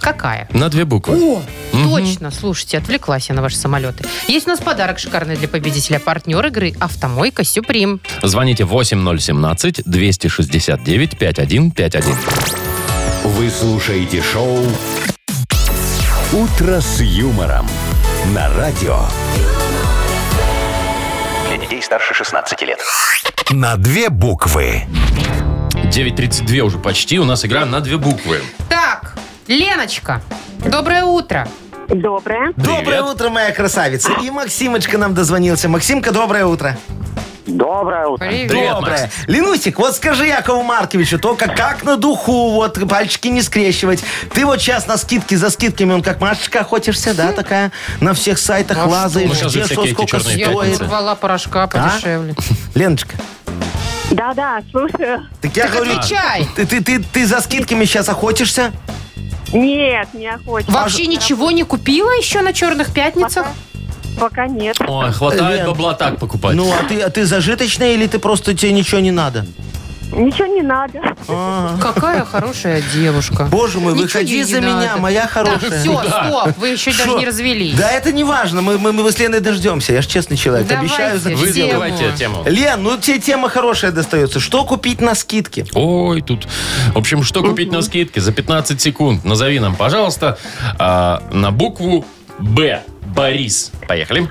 Speaker 3: Какая?
Speaker 2: На две буквы.
Speaker 3: О, точно, слушайте, отвлеклась я на ваши самолеты. Есть у нас подарок шикарный для победителя. Партнер игры «Автомойка Сюприм».
Speaker 2: Звоните 8017-269-5151.
Speaker 1: Вы слушаете шоу «Утро с юмором» на радио.
Speaker 6: Для детей старше 16 лет.
Speaker 1: На две буквы.
Speaker 2: 9.32 уже почти, у нас игра на две буквы.
Speaker 3: Так, Леночка, доброе утро.
Speaker 8: Доброе.
Speaker 4: Доброе утро, моя красавица. И Максимочка нам дозвонился. Максимка, доброе утро.
Speaker 5: Доброе утро.
Speaker 2: Привет,
Speaker 4: доброе.
Speaker 2: Макс.
Speaker 4: Ленусик, вот скажи Якову Марковичу, только как на духу, вот пальчики не скрещивать. Ты вот сейчас на скидке за скидками, он как Машечка охотишься, да, такая? На всех сайтах
Speaker 3: А
Speaker 4: лазаешь,
Speaker 2: Ну, сейчас же
Speaker 4: где что,
Speaker 2: всякие эти
Speaker 4: сколько
Speaker 2: черные
Speaker 3: Я
Speaker 4: стоит.
Speaker 2: пятницы.
Speaker 3: урвала
Speaker 4: А?
Speaker 3: порошка подешевле.
Speaker 4: Леночка,
Speaker 8: Да-да, слушаю.
Speaker 4: так я
Speaker 3: Так
Speaker 4: говорю...
Speaker 3: отвечай.
Speaker 4: Ты, ты, ты, ты за скидками сейчас охотишься?
Speaker 8: Нет, не охотник.
Speaker 3: Вообще ничего не купила еще на черных пятницах?
Speaker 8: Пока, пока нет.
Speaker 2: Ой, хватает
Speaker 4: Лен.
Speaker 2: бабла так покупать.
Speaker 4: Ну, а ты, а ты зажиточная или ты просто тебе ничего не надо?
Speaker 8: Ничего не надо.
Speaker 4: А,
Speaker 3: Какая хорошая девушка.
Speaker 4: Боже мой,
Speaker 3: Ничего ей
Speaker 4: выходи
Speaker 3: не
Speaker 4: за меня,
Speaker 3: надо.
Speaker 4: моя хорошая.
Speaker 3: Так, все, стоп, вы еще даже
Speaker 4: Шо?
Speaker 3: не развелись.
Speaker 4: Да это не важно, мы, мы, мы с Леной дождемся, я же честный человек,
Speaker 3: Давайте,
Speaker 4: обещаю. за-
Speaker 2: Вы
Speaker 3: тему.
Speaker 2: задавайте тему.
Speaker 4: Лен, ну тебе тема хорошая достается. Что купить на скидке?
Speaker 2: Ой, тут... В общем, что купить на скидке за 15 секунд? Назови нам, пожалуйста, а, на букву «Б». Борис. Поехали.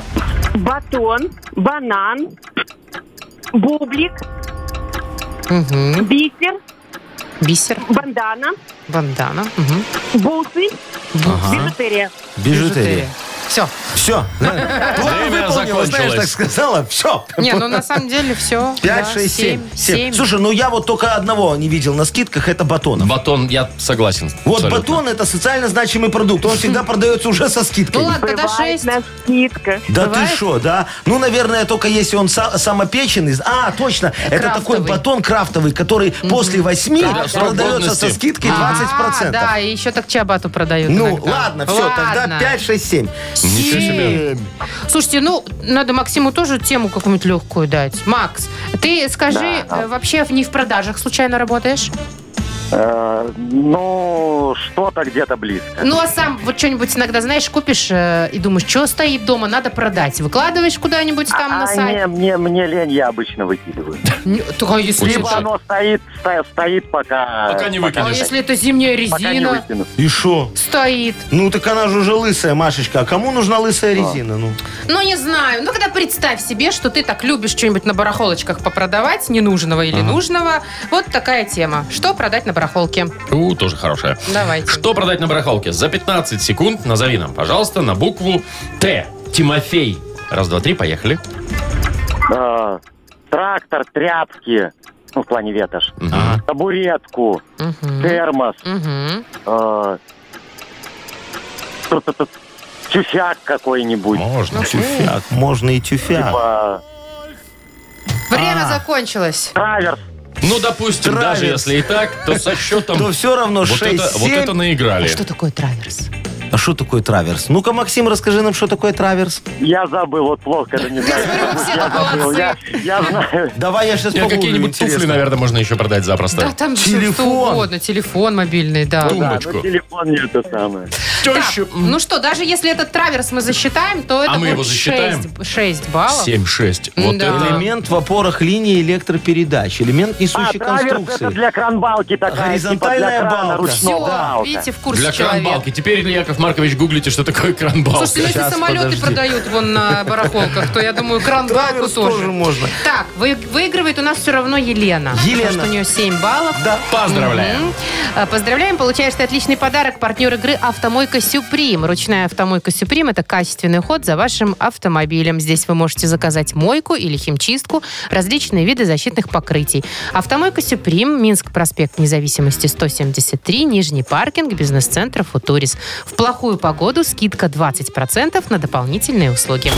Speaker 8: Батон, банан, бублик, бисер,
Speaker 3: Бисер,
Speaker 8: бандана,
Speaker 3: бандана, мгм.
Speaker 8: бусы, бижутерия.
Speaker 4: Бижутерия.
Speaker 3: Все.
Speaker 4: Все. План
Speaker 2: Время
Speaker 4: выполнила, знаешь,
Speaker 2: закончилось.
Speaker 4: так сказала. Все.
Speaker 3: Не, ну на самом деле все.
Speaker 4: 5, 6, 7, 7. Слушай, ну я вот только одного не видел на скидках, это батонов.
Speaker 2: Батон, я согласен.
Speaker 4: Вот
Speaker 2: абсолютно.
Speaker 4: батон это социально значимый продукт. Он всегда продается уже со
Speaker 3: Ну
Speaker 4: скидкой.
Speaker 3: ладно, тогда
Speaker 8: Бывает
Speaker 3: 6.
Speaker 8: на скидках.
Speaker 4: Да
Speaker 3: Бывает?
Speaker 4: ты что, да? Ну, наверное, только если он са- самопеченный. А, точно, это такой
Speaker 3: Крафтовый.
Speaker 4: батон крафтовый, который после 8
Speaker 2: Да, да, срок
Speaker 4: продается со
Speaker 2: годности.
Speaker 4: скидкой 20%.
Speaker 3: А, да, и еще так чабату продают
Speaker 4: Ну,
Speaker 3: иногда.
Speaker 4: ладно, все, тогда 5, 6, 7.
Speaker 2: Ничего себе.
Speaker 3: Слушайте, ну, надо Максиму тоже тему какую-нибудь легкую дать. Макс, ты скажи, э, вообще не в продажах случайно работаешь?
Speaker 5: Э, ну, что-то где-то близко.
Speaker 3: Ну, а сам вот что-нибудь иногда, знаешь, купишь э, и думаешь, что стоит дома, надо продать. Выкладываешь куда-нибудь там на
Speaker 5: а
Speaker 3: сайт.
Speaker 5: не, мне, мне лень, я обычно выкидываю.
Speaker 3: Не, так, а если,
Speaker 2: Очень
Speaker 5: Либо
Speaker 2: Слушай,
Speaker 5: оно стоит, сто- стоит пока...
Speaker 2: Пока не
Speaker 3: а
Speaker 2: выкинешь.
Speaker 3: если это зимняя
Speaker 5: Пока не
Speaker 3: резина
Speaker 5: выкину.
Speaker 4: И шо?
Speaker 3: стоит?
Speaker 4: Ну, так она же уже лысая, Машечка. А кому нужна лысая резина? Ну,
Speaker 3: Ну, не знаю. Ну, когда представь себе, что ты так любишь что-нибудь на барахолочках попродавать, ненужного или нужного. Вот такая тема. Что продать на барахолке?
Speaker 2: У, тоже хорошая.
Speaker 3: Давайте.
Speaker 2: Что продать на барахолке? За 15 секунд назови нам, пожалуйста, на букву Т. Тимофей. Раз, два, три, поехали.
Speaker 5: Э, трактор, тряпки, ну, в плане ветошь,
Speaker 2: Мгм.
Speaker 5: табуретку,
Speaker 3: Мгм.
Speaker 5: термос,
Speaker 3: Мгм.
Speaker 5: э, что-то тут, тюфяк какой-нибудь.
Speaker 4: Ну,
Speaker 2: Можно.
Speaker 4: тюфяк. Можно и тюфяк.
Speaker 5: Типа, А.
Speaker 3: Время закончилось.
Speaker 5: траверс.
Speaker 2: Ну, допустим, даже
Speaker 4: Травец.
Speaker 2: если и так, то со счетом...
Speaker 4: То ну, все равно
Speaker 2: Вот это, вот
Speaker 4: 6-7.
Speaker 2: это наиграли.
Speaker 4: Э,
Speaker 3: Что такое траверс?
Speaker 4: А что такое траверс? Ну-ка, Максим, расскажи нам, что такое траверс.
Speaker 5: Я забыл, вот плохо, когда не знаю.
Speaker 3: Смотрю, все
Speaker 5: Я забыл, я, я знаю.
Speaker 4: Давай я сейчас
Speaker 2: Нет, какие-нибудь туфли, наверное, можно еще продать
Speaker 3: Да
Speaker 2: запросто.
Speaker 3: там всё что
Speaker 4: Телефон. Ну,
Speaker 3: угодно. Телефон мобильный, да.
Speaker 5: Да,
Speaker 2: Тумбочку.
Speaker 5: но телефон не это самое.
Speaker 2: Тещу.
Speaker 3: Ну что, даже если этот траверс мы засчитаем,
Speaker 4: А
Speaker 3: то это
Speaker 2: мы его
Speaker 3: будет
Speaker 2: засчитаем?
Speaker 3: 6, 6 баллов.
Speaker 2: 7-6. Вот
Speaker 3: Да.
Speaker 2: это...
Speaker 4: Элемент в опорах линии электропередач. Элемент
Speaker 5: А,
Speaker 4: несущей
Speaker 5: траверс это
Speaker 4: конструкции.
Speaker 5: для кранбалки такая.
Speaker 4: Горизонтальная
Speaker 5: типа для крана
Speaker 4: балка.
Speaker 3: Все,
Speaker 5: ручного балка.
Speaker 3: видите, в курсе
Speaker 2: Для
Speaker 3: человек.
Speaker 2: кранбалки. Теперь, Яков Маркович, гуглите, что такое кранбалка.
Speaker 3: Слушайте, ну если
Speaker 4: Сейчас,
Speaker 3: самолеты
Speaker 4: подожди.
Speaker 3: продают вон на барахолках, то я думаю, кран-балку
Speaker 4: Траверс тоже
Speaker 3: тоже.
Speaker 4: можно.
Speaker 3: Так, вы- выигрывает у нас все равно Елена.
Speaker 4: Елена.
Speaker 3: Потому что у нее 7 баллов.
Speaker 4: Да.
Speaker 2: Поздравляем.
Speaker 3: Мгм. А, Поздравляем, получаешь ты отличный подарок. Партнер игры «Автомойка Сюприм». Ручная «Автомойка Сюприм» — это качественный ход за вашим автомобилем. Здесь вы можете заказать мойку или химчистку, различные виды защитных покрытий. «Автомойка Сюприм», Минск, проспект Независимости, 173, Нижний паркинг, бизнес-центр «Футурис». В плохую погоду скидка 20% на дополнительные услуги.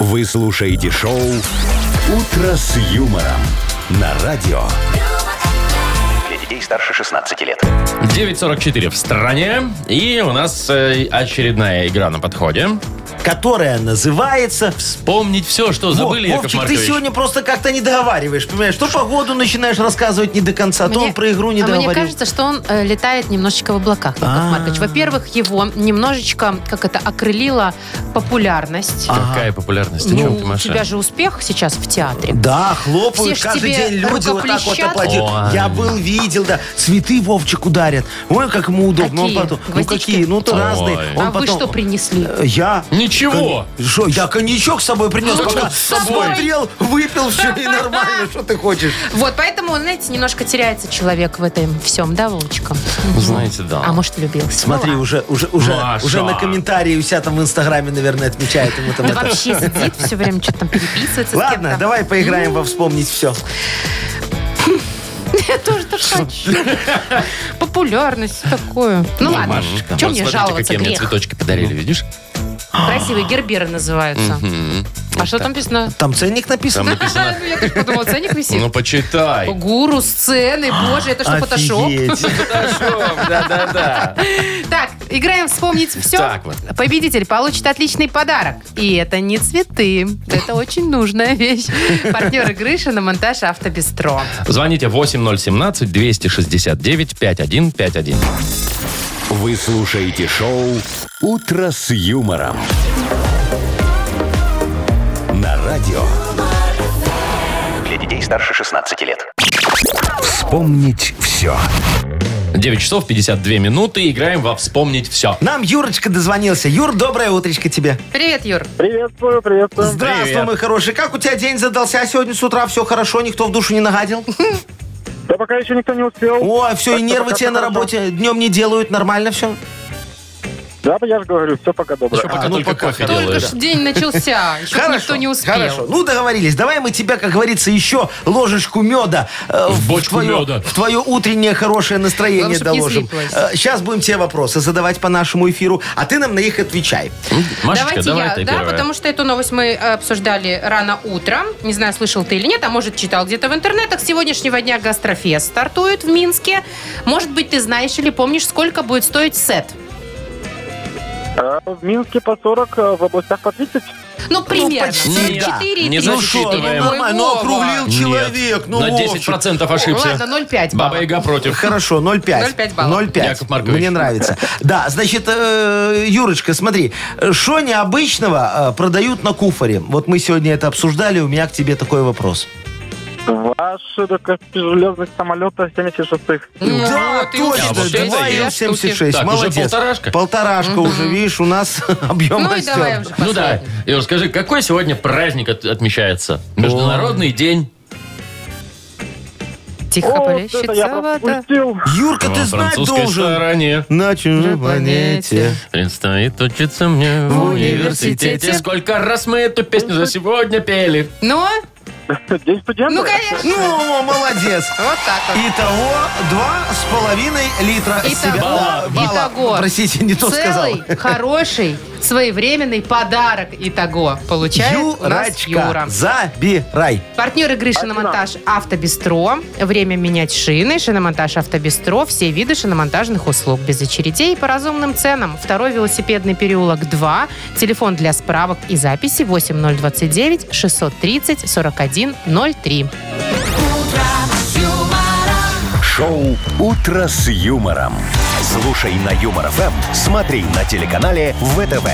Speaker 1: Вы слушаете шоу «Утро с юмором» на радио.
Speaker 6: Для детей старше 16 лет.
Speaker 2: 9.44 в стране. И у нас э, очередная игра на подходе.
Speaker 4: Которая называется...
Speaker 2: Вспомнить все, что забыли,
Speaker 4: Вот,
Speaker 2: Яков
Speaker 4: Вовчик, ты
Speaker 2: Маркович.
Speaker 4: сегодня просто как-то не договариваешь, понимаешь? То погоду начинаешь рассказывать не до конца, то он
Speaker 3: Мне-
Speaker 4: про игру не
Speaker 3: а мне
Speaker 4: договорил.
Speaker 3: кажется, что он э, летает немножечко в облаках, Яков
Speaker 4: А.
Speaker 3: Маркович. Во-первых, его немножечко, как это, окрылила популярность.
Speaker 4: А.
Speaker 2: Какая популярность? О чем ты,
Speaker 3: Ну, у
Speaker 2: Маша?
Speaker 3: тебя же успх сейчас в театре.
Speaker 4: Да,
Speaker 3: Все
Speaker 4: хлопают
Speaker 3: ж
Speaker 4: каждый
Speaker 3: тебе
Speaker 4: день люди вот так вот
Speaker 3: рукоплещат.
Speaker 4: аплодируют.
Speaker 2: Ой.
Speaker 4: Я был, видел, да. Цветы Вовчик ударят. Ой, как ему удобно. Он
Speaker 3: Какие?
Speaker 4: потом- ну
Speaker 3: Гвоздички?
Speaker 4: какие? Ну то
Speaker 2: Ой.
Speaker 4: разные. Он
Speaker 3: а вы
Speaker 4: потом-
Speaker 3: что принесли?
Speaker 4: Э, Я?
Speaker 2: Ничего.
Speaker 4: Кон- Шо, я коньячок с собой принес,
Speaker 2: Ну,
Speaker 4: пока
Speaker 2: с собой.
Speaker 4: смотрел, выпил, все, и нормально, что ты хочешь.
Speaker 3: Вот, поэтому, знаете, немножко теряется человек в этом всем, да, Вовчика?
Speaker 2: Знаете, да.
Speaker 3: А может, влюбился.
Speaker 4: Смотри,
Speaker 3: Ну ладно.
Speaker 4: уже, уже, уже,
Speaker 2: Маша.
Speaker 4: уже на комментарии у себя там в Инстаграме, наверное, отмечает ему там
Speaker 3: Да
Speaker 4: это.
Speaker 3: Ну, вообще сидит все время, что-то там переписывается с
Speaker 4: Ладно,
Speaker 3: кем-то. А
Speaker 4: давай поиграем во «Вспомнить все».
Speaker 3: Я тоже так хочу. Популярность всё такое. Ну ладно,
Speaker 2: Машечка,
Speaker 3: чем
Speaker 2: вот
Speaker 3: мне
Speaker 2: смотрите,
Speaker 3: жаловаться,
Speaker 2: какие мне
Speaker 3: грех?
Speaker 2: цветочки подарили, видишь?
Speaker 3: Красивые герберы называются. А что там написано?
Speaker 4: Там ценник написан.
Speaker 2: написано.
Speaker 3: Ну, я тоже подумала, ценник висит.
Speaker 2: Ну, почитай.
Speaker 3: Гуру, сцены, боже, это что, фотошоп?
Speaker 4: Офигеть.
Speaker 2: Да-да-да.
Speaker 3: Так, играем «Вспомнить все».
Speaker 2: Так вот.
Speaker 3: Победитель получит отличный подарок. И это не цветы. Это очень нужная вещь. Партнер игры монтаж «Автобестро».
Speaker 2: Звоните 8017-269-5151.
Speaker 1: Вы слушаете шоу «Утро с юмором» на радио.
Speaker 6: Для детей старше 16 лет.
Speaker 1: Вспомнить все.
Speaker 2: 9 часов 52 минуты. Играем во «Вспомнить все».
Speaker 4: Нам Юрочка дозвонился. Юр, доброе утречко тебе.
Speaker 3: Привет, Юр.
Speaker 5: Приветствую, приветствую.
Speaker 4: Здравствуй,
Speaker 2: Привет.
Speaker 4: мой хороший. Как у тебя день задался А сегодня с утра? Все хорошо, никто в душу не нагадил?
Speaker 5: Да пока еще никто не успел.
Speaker 4: О, все, и нервы тебе на работе днем не делают, нормально все?
Speaker 5: Да, я же говорю, все пока доброе.
Speaker 2: Еще пока
Speaker 4: А, ну,
Speaker 2: только
Speaker 4: пока
Speaker 2: кофе
Speaker 4: хорошо.
Speaker 2: делаешь.
Speaker 3: Только ж день начался. Еще никто не успел.
Speaker 4: Хорошо. Ну, договорились. Давай мы тебе, как говорится, еще ложечку меда э,
Speaker 2: В бочку
Speaker 4: твое,
Speaker 2: меда.
Speaker 4: в твое утреннее хорошее
Speaker 3: Главное,
Speaker 4: настроение
Speaker 3: чтоб не
Speaker 4: доложим.
Speaker 3: слиплось.
Speaker 4: Сейчас будем тебе вопросы задавать по нашему эфиру, а ты нам на них отвечай.
Speaker 2: Машечка,
Speaker 3: Давайте
Speaker 2: давай
Speaker 3: я,
Speaker 2: ты
Speaker 3: да,
Speaker 2: первая.
Speaker 3: потому что эту новость мы э, обсуждали рано утром. Не знаю, слышал ты или нет, а может, читал где-то в интернетах. С сегодняшнего дня гастрофест стартует в Минске. Может быть, ты знаешь или помнишь, сколько будет стоить сет?
Speaker 5: А В Минске по 40, а в э, областях по 30.
Speaker 3: Ну, примерно.
Speaker 4: почти,
Speaker 3: Четыре
Speaker 4: да.
Speaker 3: и
Speaker 2: Не
Speaker 3: три.
Speaker 4: Ну что, ну
Speaker 2: засчитываем.
Speaker 4: нормально, ну
Speaker 3: Вова.
Speaker 4: округлил
Speaker 2: Нет,
Speaker 4: человек, ну
Speaker 2: На
Speaker 4: Вовчик.
Speaker 2: 10% ошибся.
Speaker 3: Ладно, 0,5 балла.
Speaker 2: Баба Яга против.
Speaker 4: Хорошо, 0,5.
Speaker 3: 0,5 балла.
Speaker 4: 0,5.
Speaker 2: Яков Маркович.
Speaker 4: Мне нравится. Да, значит, э, Юрочка, смотри, э, что необычного э, продают на куфоре? Вот мы сегодня это обсуждали, у меня к тебе такой вопрос.
Speaker 5: Ваш железных самолета 76-х.
Speaker 3: Ну,
Speaker 4: да,
Speaker 3: вот и
Speaker 4: точно,
Speaker 2: Да, вот это
Speaker 3: учишь. Две
Speaker 4: 2,76,
Speaker 3: штуки.
Speaker 2: Так, уже
Speaker 4: молодец.
Speaker 2: полторашка?
Speaker 4: Полторашка уже, видишь, у нас объем
Speaker 3: Ну и
Speaker 4: растет.
Speaker 3: давай уже
Speaker 2: Ну да,
Speaker 3: последний.
Speaker 2: Юр, скажи, какой сегодня праздник от- отмечается? Международный день.
Speaker 3: Тихо, полещица
Speaker 5: пропустил.
Speaker 4: Юрка,
Speaker 2: Ну,
Speaker 4: ты знать
Speaker 2: французской
Speaker 4: должен.
Speaker 2: стороне.
Speaker 4: На
Speaker 3: планете.
Speaker 4: чужой планете.
Speaker 2: Предстоит учиться мне в
Speaker 3: В
Speaker 2: университете.
Speaker 3: университете.
Speaker 2: Сколько раз мы эту песню за сегодня пели.
Speaker 3: Ну,
Speaker 5: День студента?
Speaker 3: ну, конечно.
Speaker 4: Ну, молодец.
Speaker 3: Вот так вот.
Speaker 4: Итого два с половиной литра с
Speaker 3: Итого,
Speaker 4: тебя.
Speaker 2: Балла,
Speaker 4: балла.
Speaker 3: итого.
Speaker 4: Простите, не то сказал.
Speaker 3: Целый, хороший, своевременный подарок итого получает у нас
Speaker 4: Юрочка,
Speaker 3: Юра.
Speaker 4: забирай.
Speaker 3: Партнер игры «Шиномонтаж Автобестро». Время менять шины. «Шиномонтаж Автобестро». Все виды шиномонтажных услуг без очередей и по разумным ценам. Второй велосипедный переулок 2. Телефон для справок и записи 8029 630 4103.
Speaker 1: Шоу «Утро с юмором». Слушай на Юмор ФМ, смотри на телеканале ВТВ.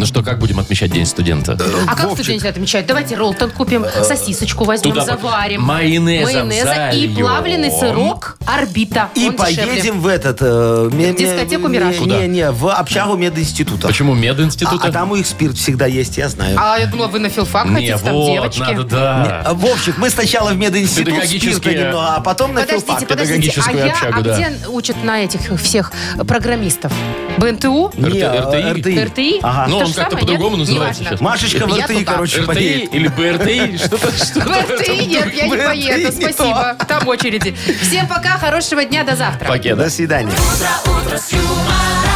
Speaker 2: Ну что, как будем отмечать День студента?
Speaker 3: А как студенты отмечают? Давайте ролтон купим, сосисочку возьмем,
Speaker 2: Э, туда вот
Speaker 3: заварим.
Speaker 2: майонезом
Speaker 3: Майонеза и
Speaker 2: зальем.
Speaker 3: плавленый сырок орбита.
Speaker 4: И
Speaker 3: Он дешевле.
Speaker 4: поедем в этот... э, ме- ме-
Speaker 3: Дискотеку
Speaker 4: ме-
Speaker 3: «Мираж».
Speaker 2: Куда?
Speaker 4: Не, не, в общагу мединститута.
Speaker 2: Почему
Speaker 4: А,
Speaker 2: мединститута?
Speaker 4: а там у них спирт всегда есть, я знаю.
Speaker 3: А я думала, вы на филфак
Speaker 2: Не,
Speaker 3: хотите, там
Speaker 2: вот,
Speaker 3: девочки.
Speaker 2: надо, да.
Speaker 4: А, Вовчик, мы сначала в мединститут
Speaker 2: Педагогические.
Speaker 4: спирта немного, а потом на
Speaker 3: Подождите,
Speaker 4: филфак.
Speaker 3: подождите, а
Speaker 2: педагогическую
Speaker 3: я,
Speaker 2: общагу,
Speaker 3: а
Speaker 2: да.
Speaker 3: где учат на этих всех программистов? БНТУ?
Speaker 4: Не, э,
Speaker 2: РТИ?
Speaker 4: РТИ.
Speaker 3: РТИ?
Speaker 4: Ага.
Speaker 2: Ну,
Speaker 3: То
Speaker 2: он
Speaker 3: же
Speaker 2: как-то
Speaker 3: самое,
Speaker 2: по-другому
Speaker 3: нет?
Speaker 2: называется
Speaker 3: Неважно.
Speaker 2: сейчас.
Speaker 4: Машечка в
Speaker 3: Я а.
Speaker 4: РТИ,
Speaker 3: туда.
Speaker 4: короче,
Speaker 2: РТИ
Speaker 4: поедет.
Speaker 2: или БРТИ? Что-то что
Speaker 3: В РТИ нет, я не
Speaker 4: В РТИ
Speaker 3: поеду,
Speaker 4: не
Speaker 3: спасибо. Там очереди. Всем пока, хорошего дня, до завтра.
Speaker 2: пакета.
Speaker 4: До свидания.
Speaker 9: утро, утро с юмором.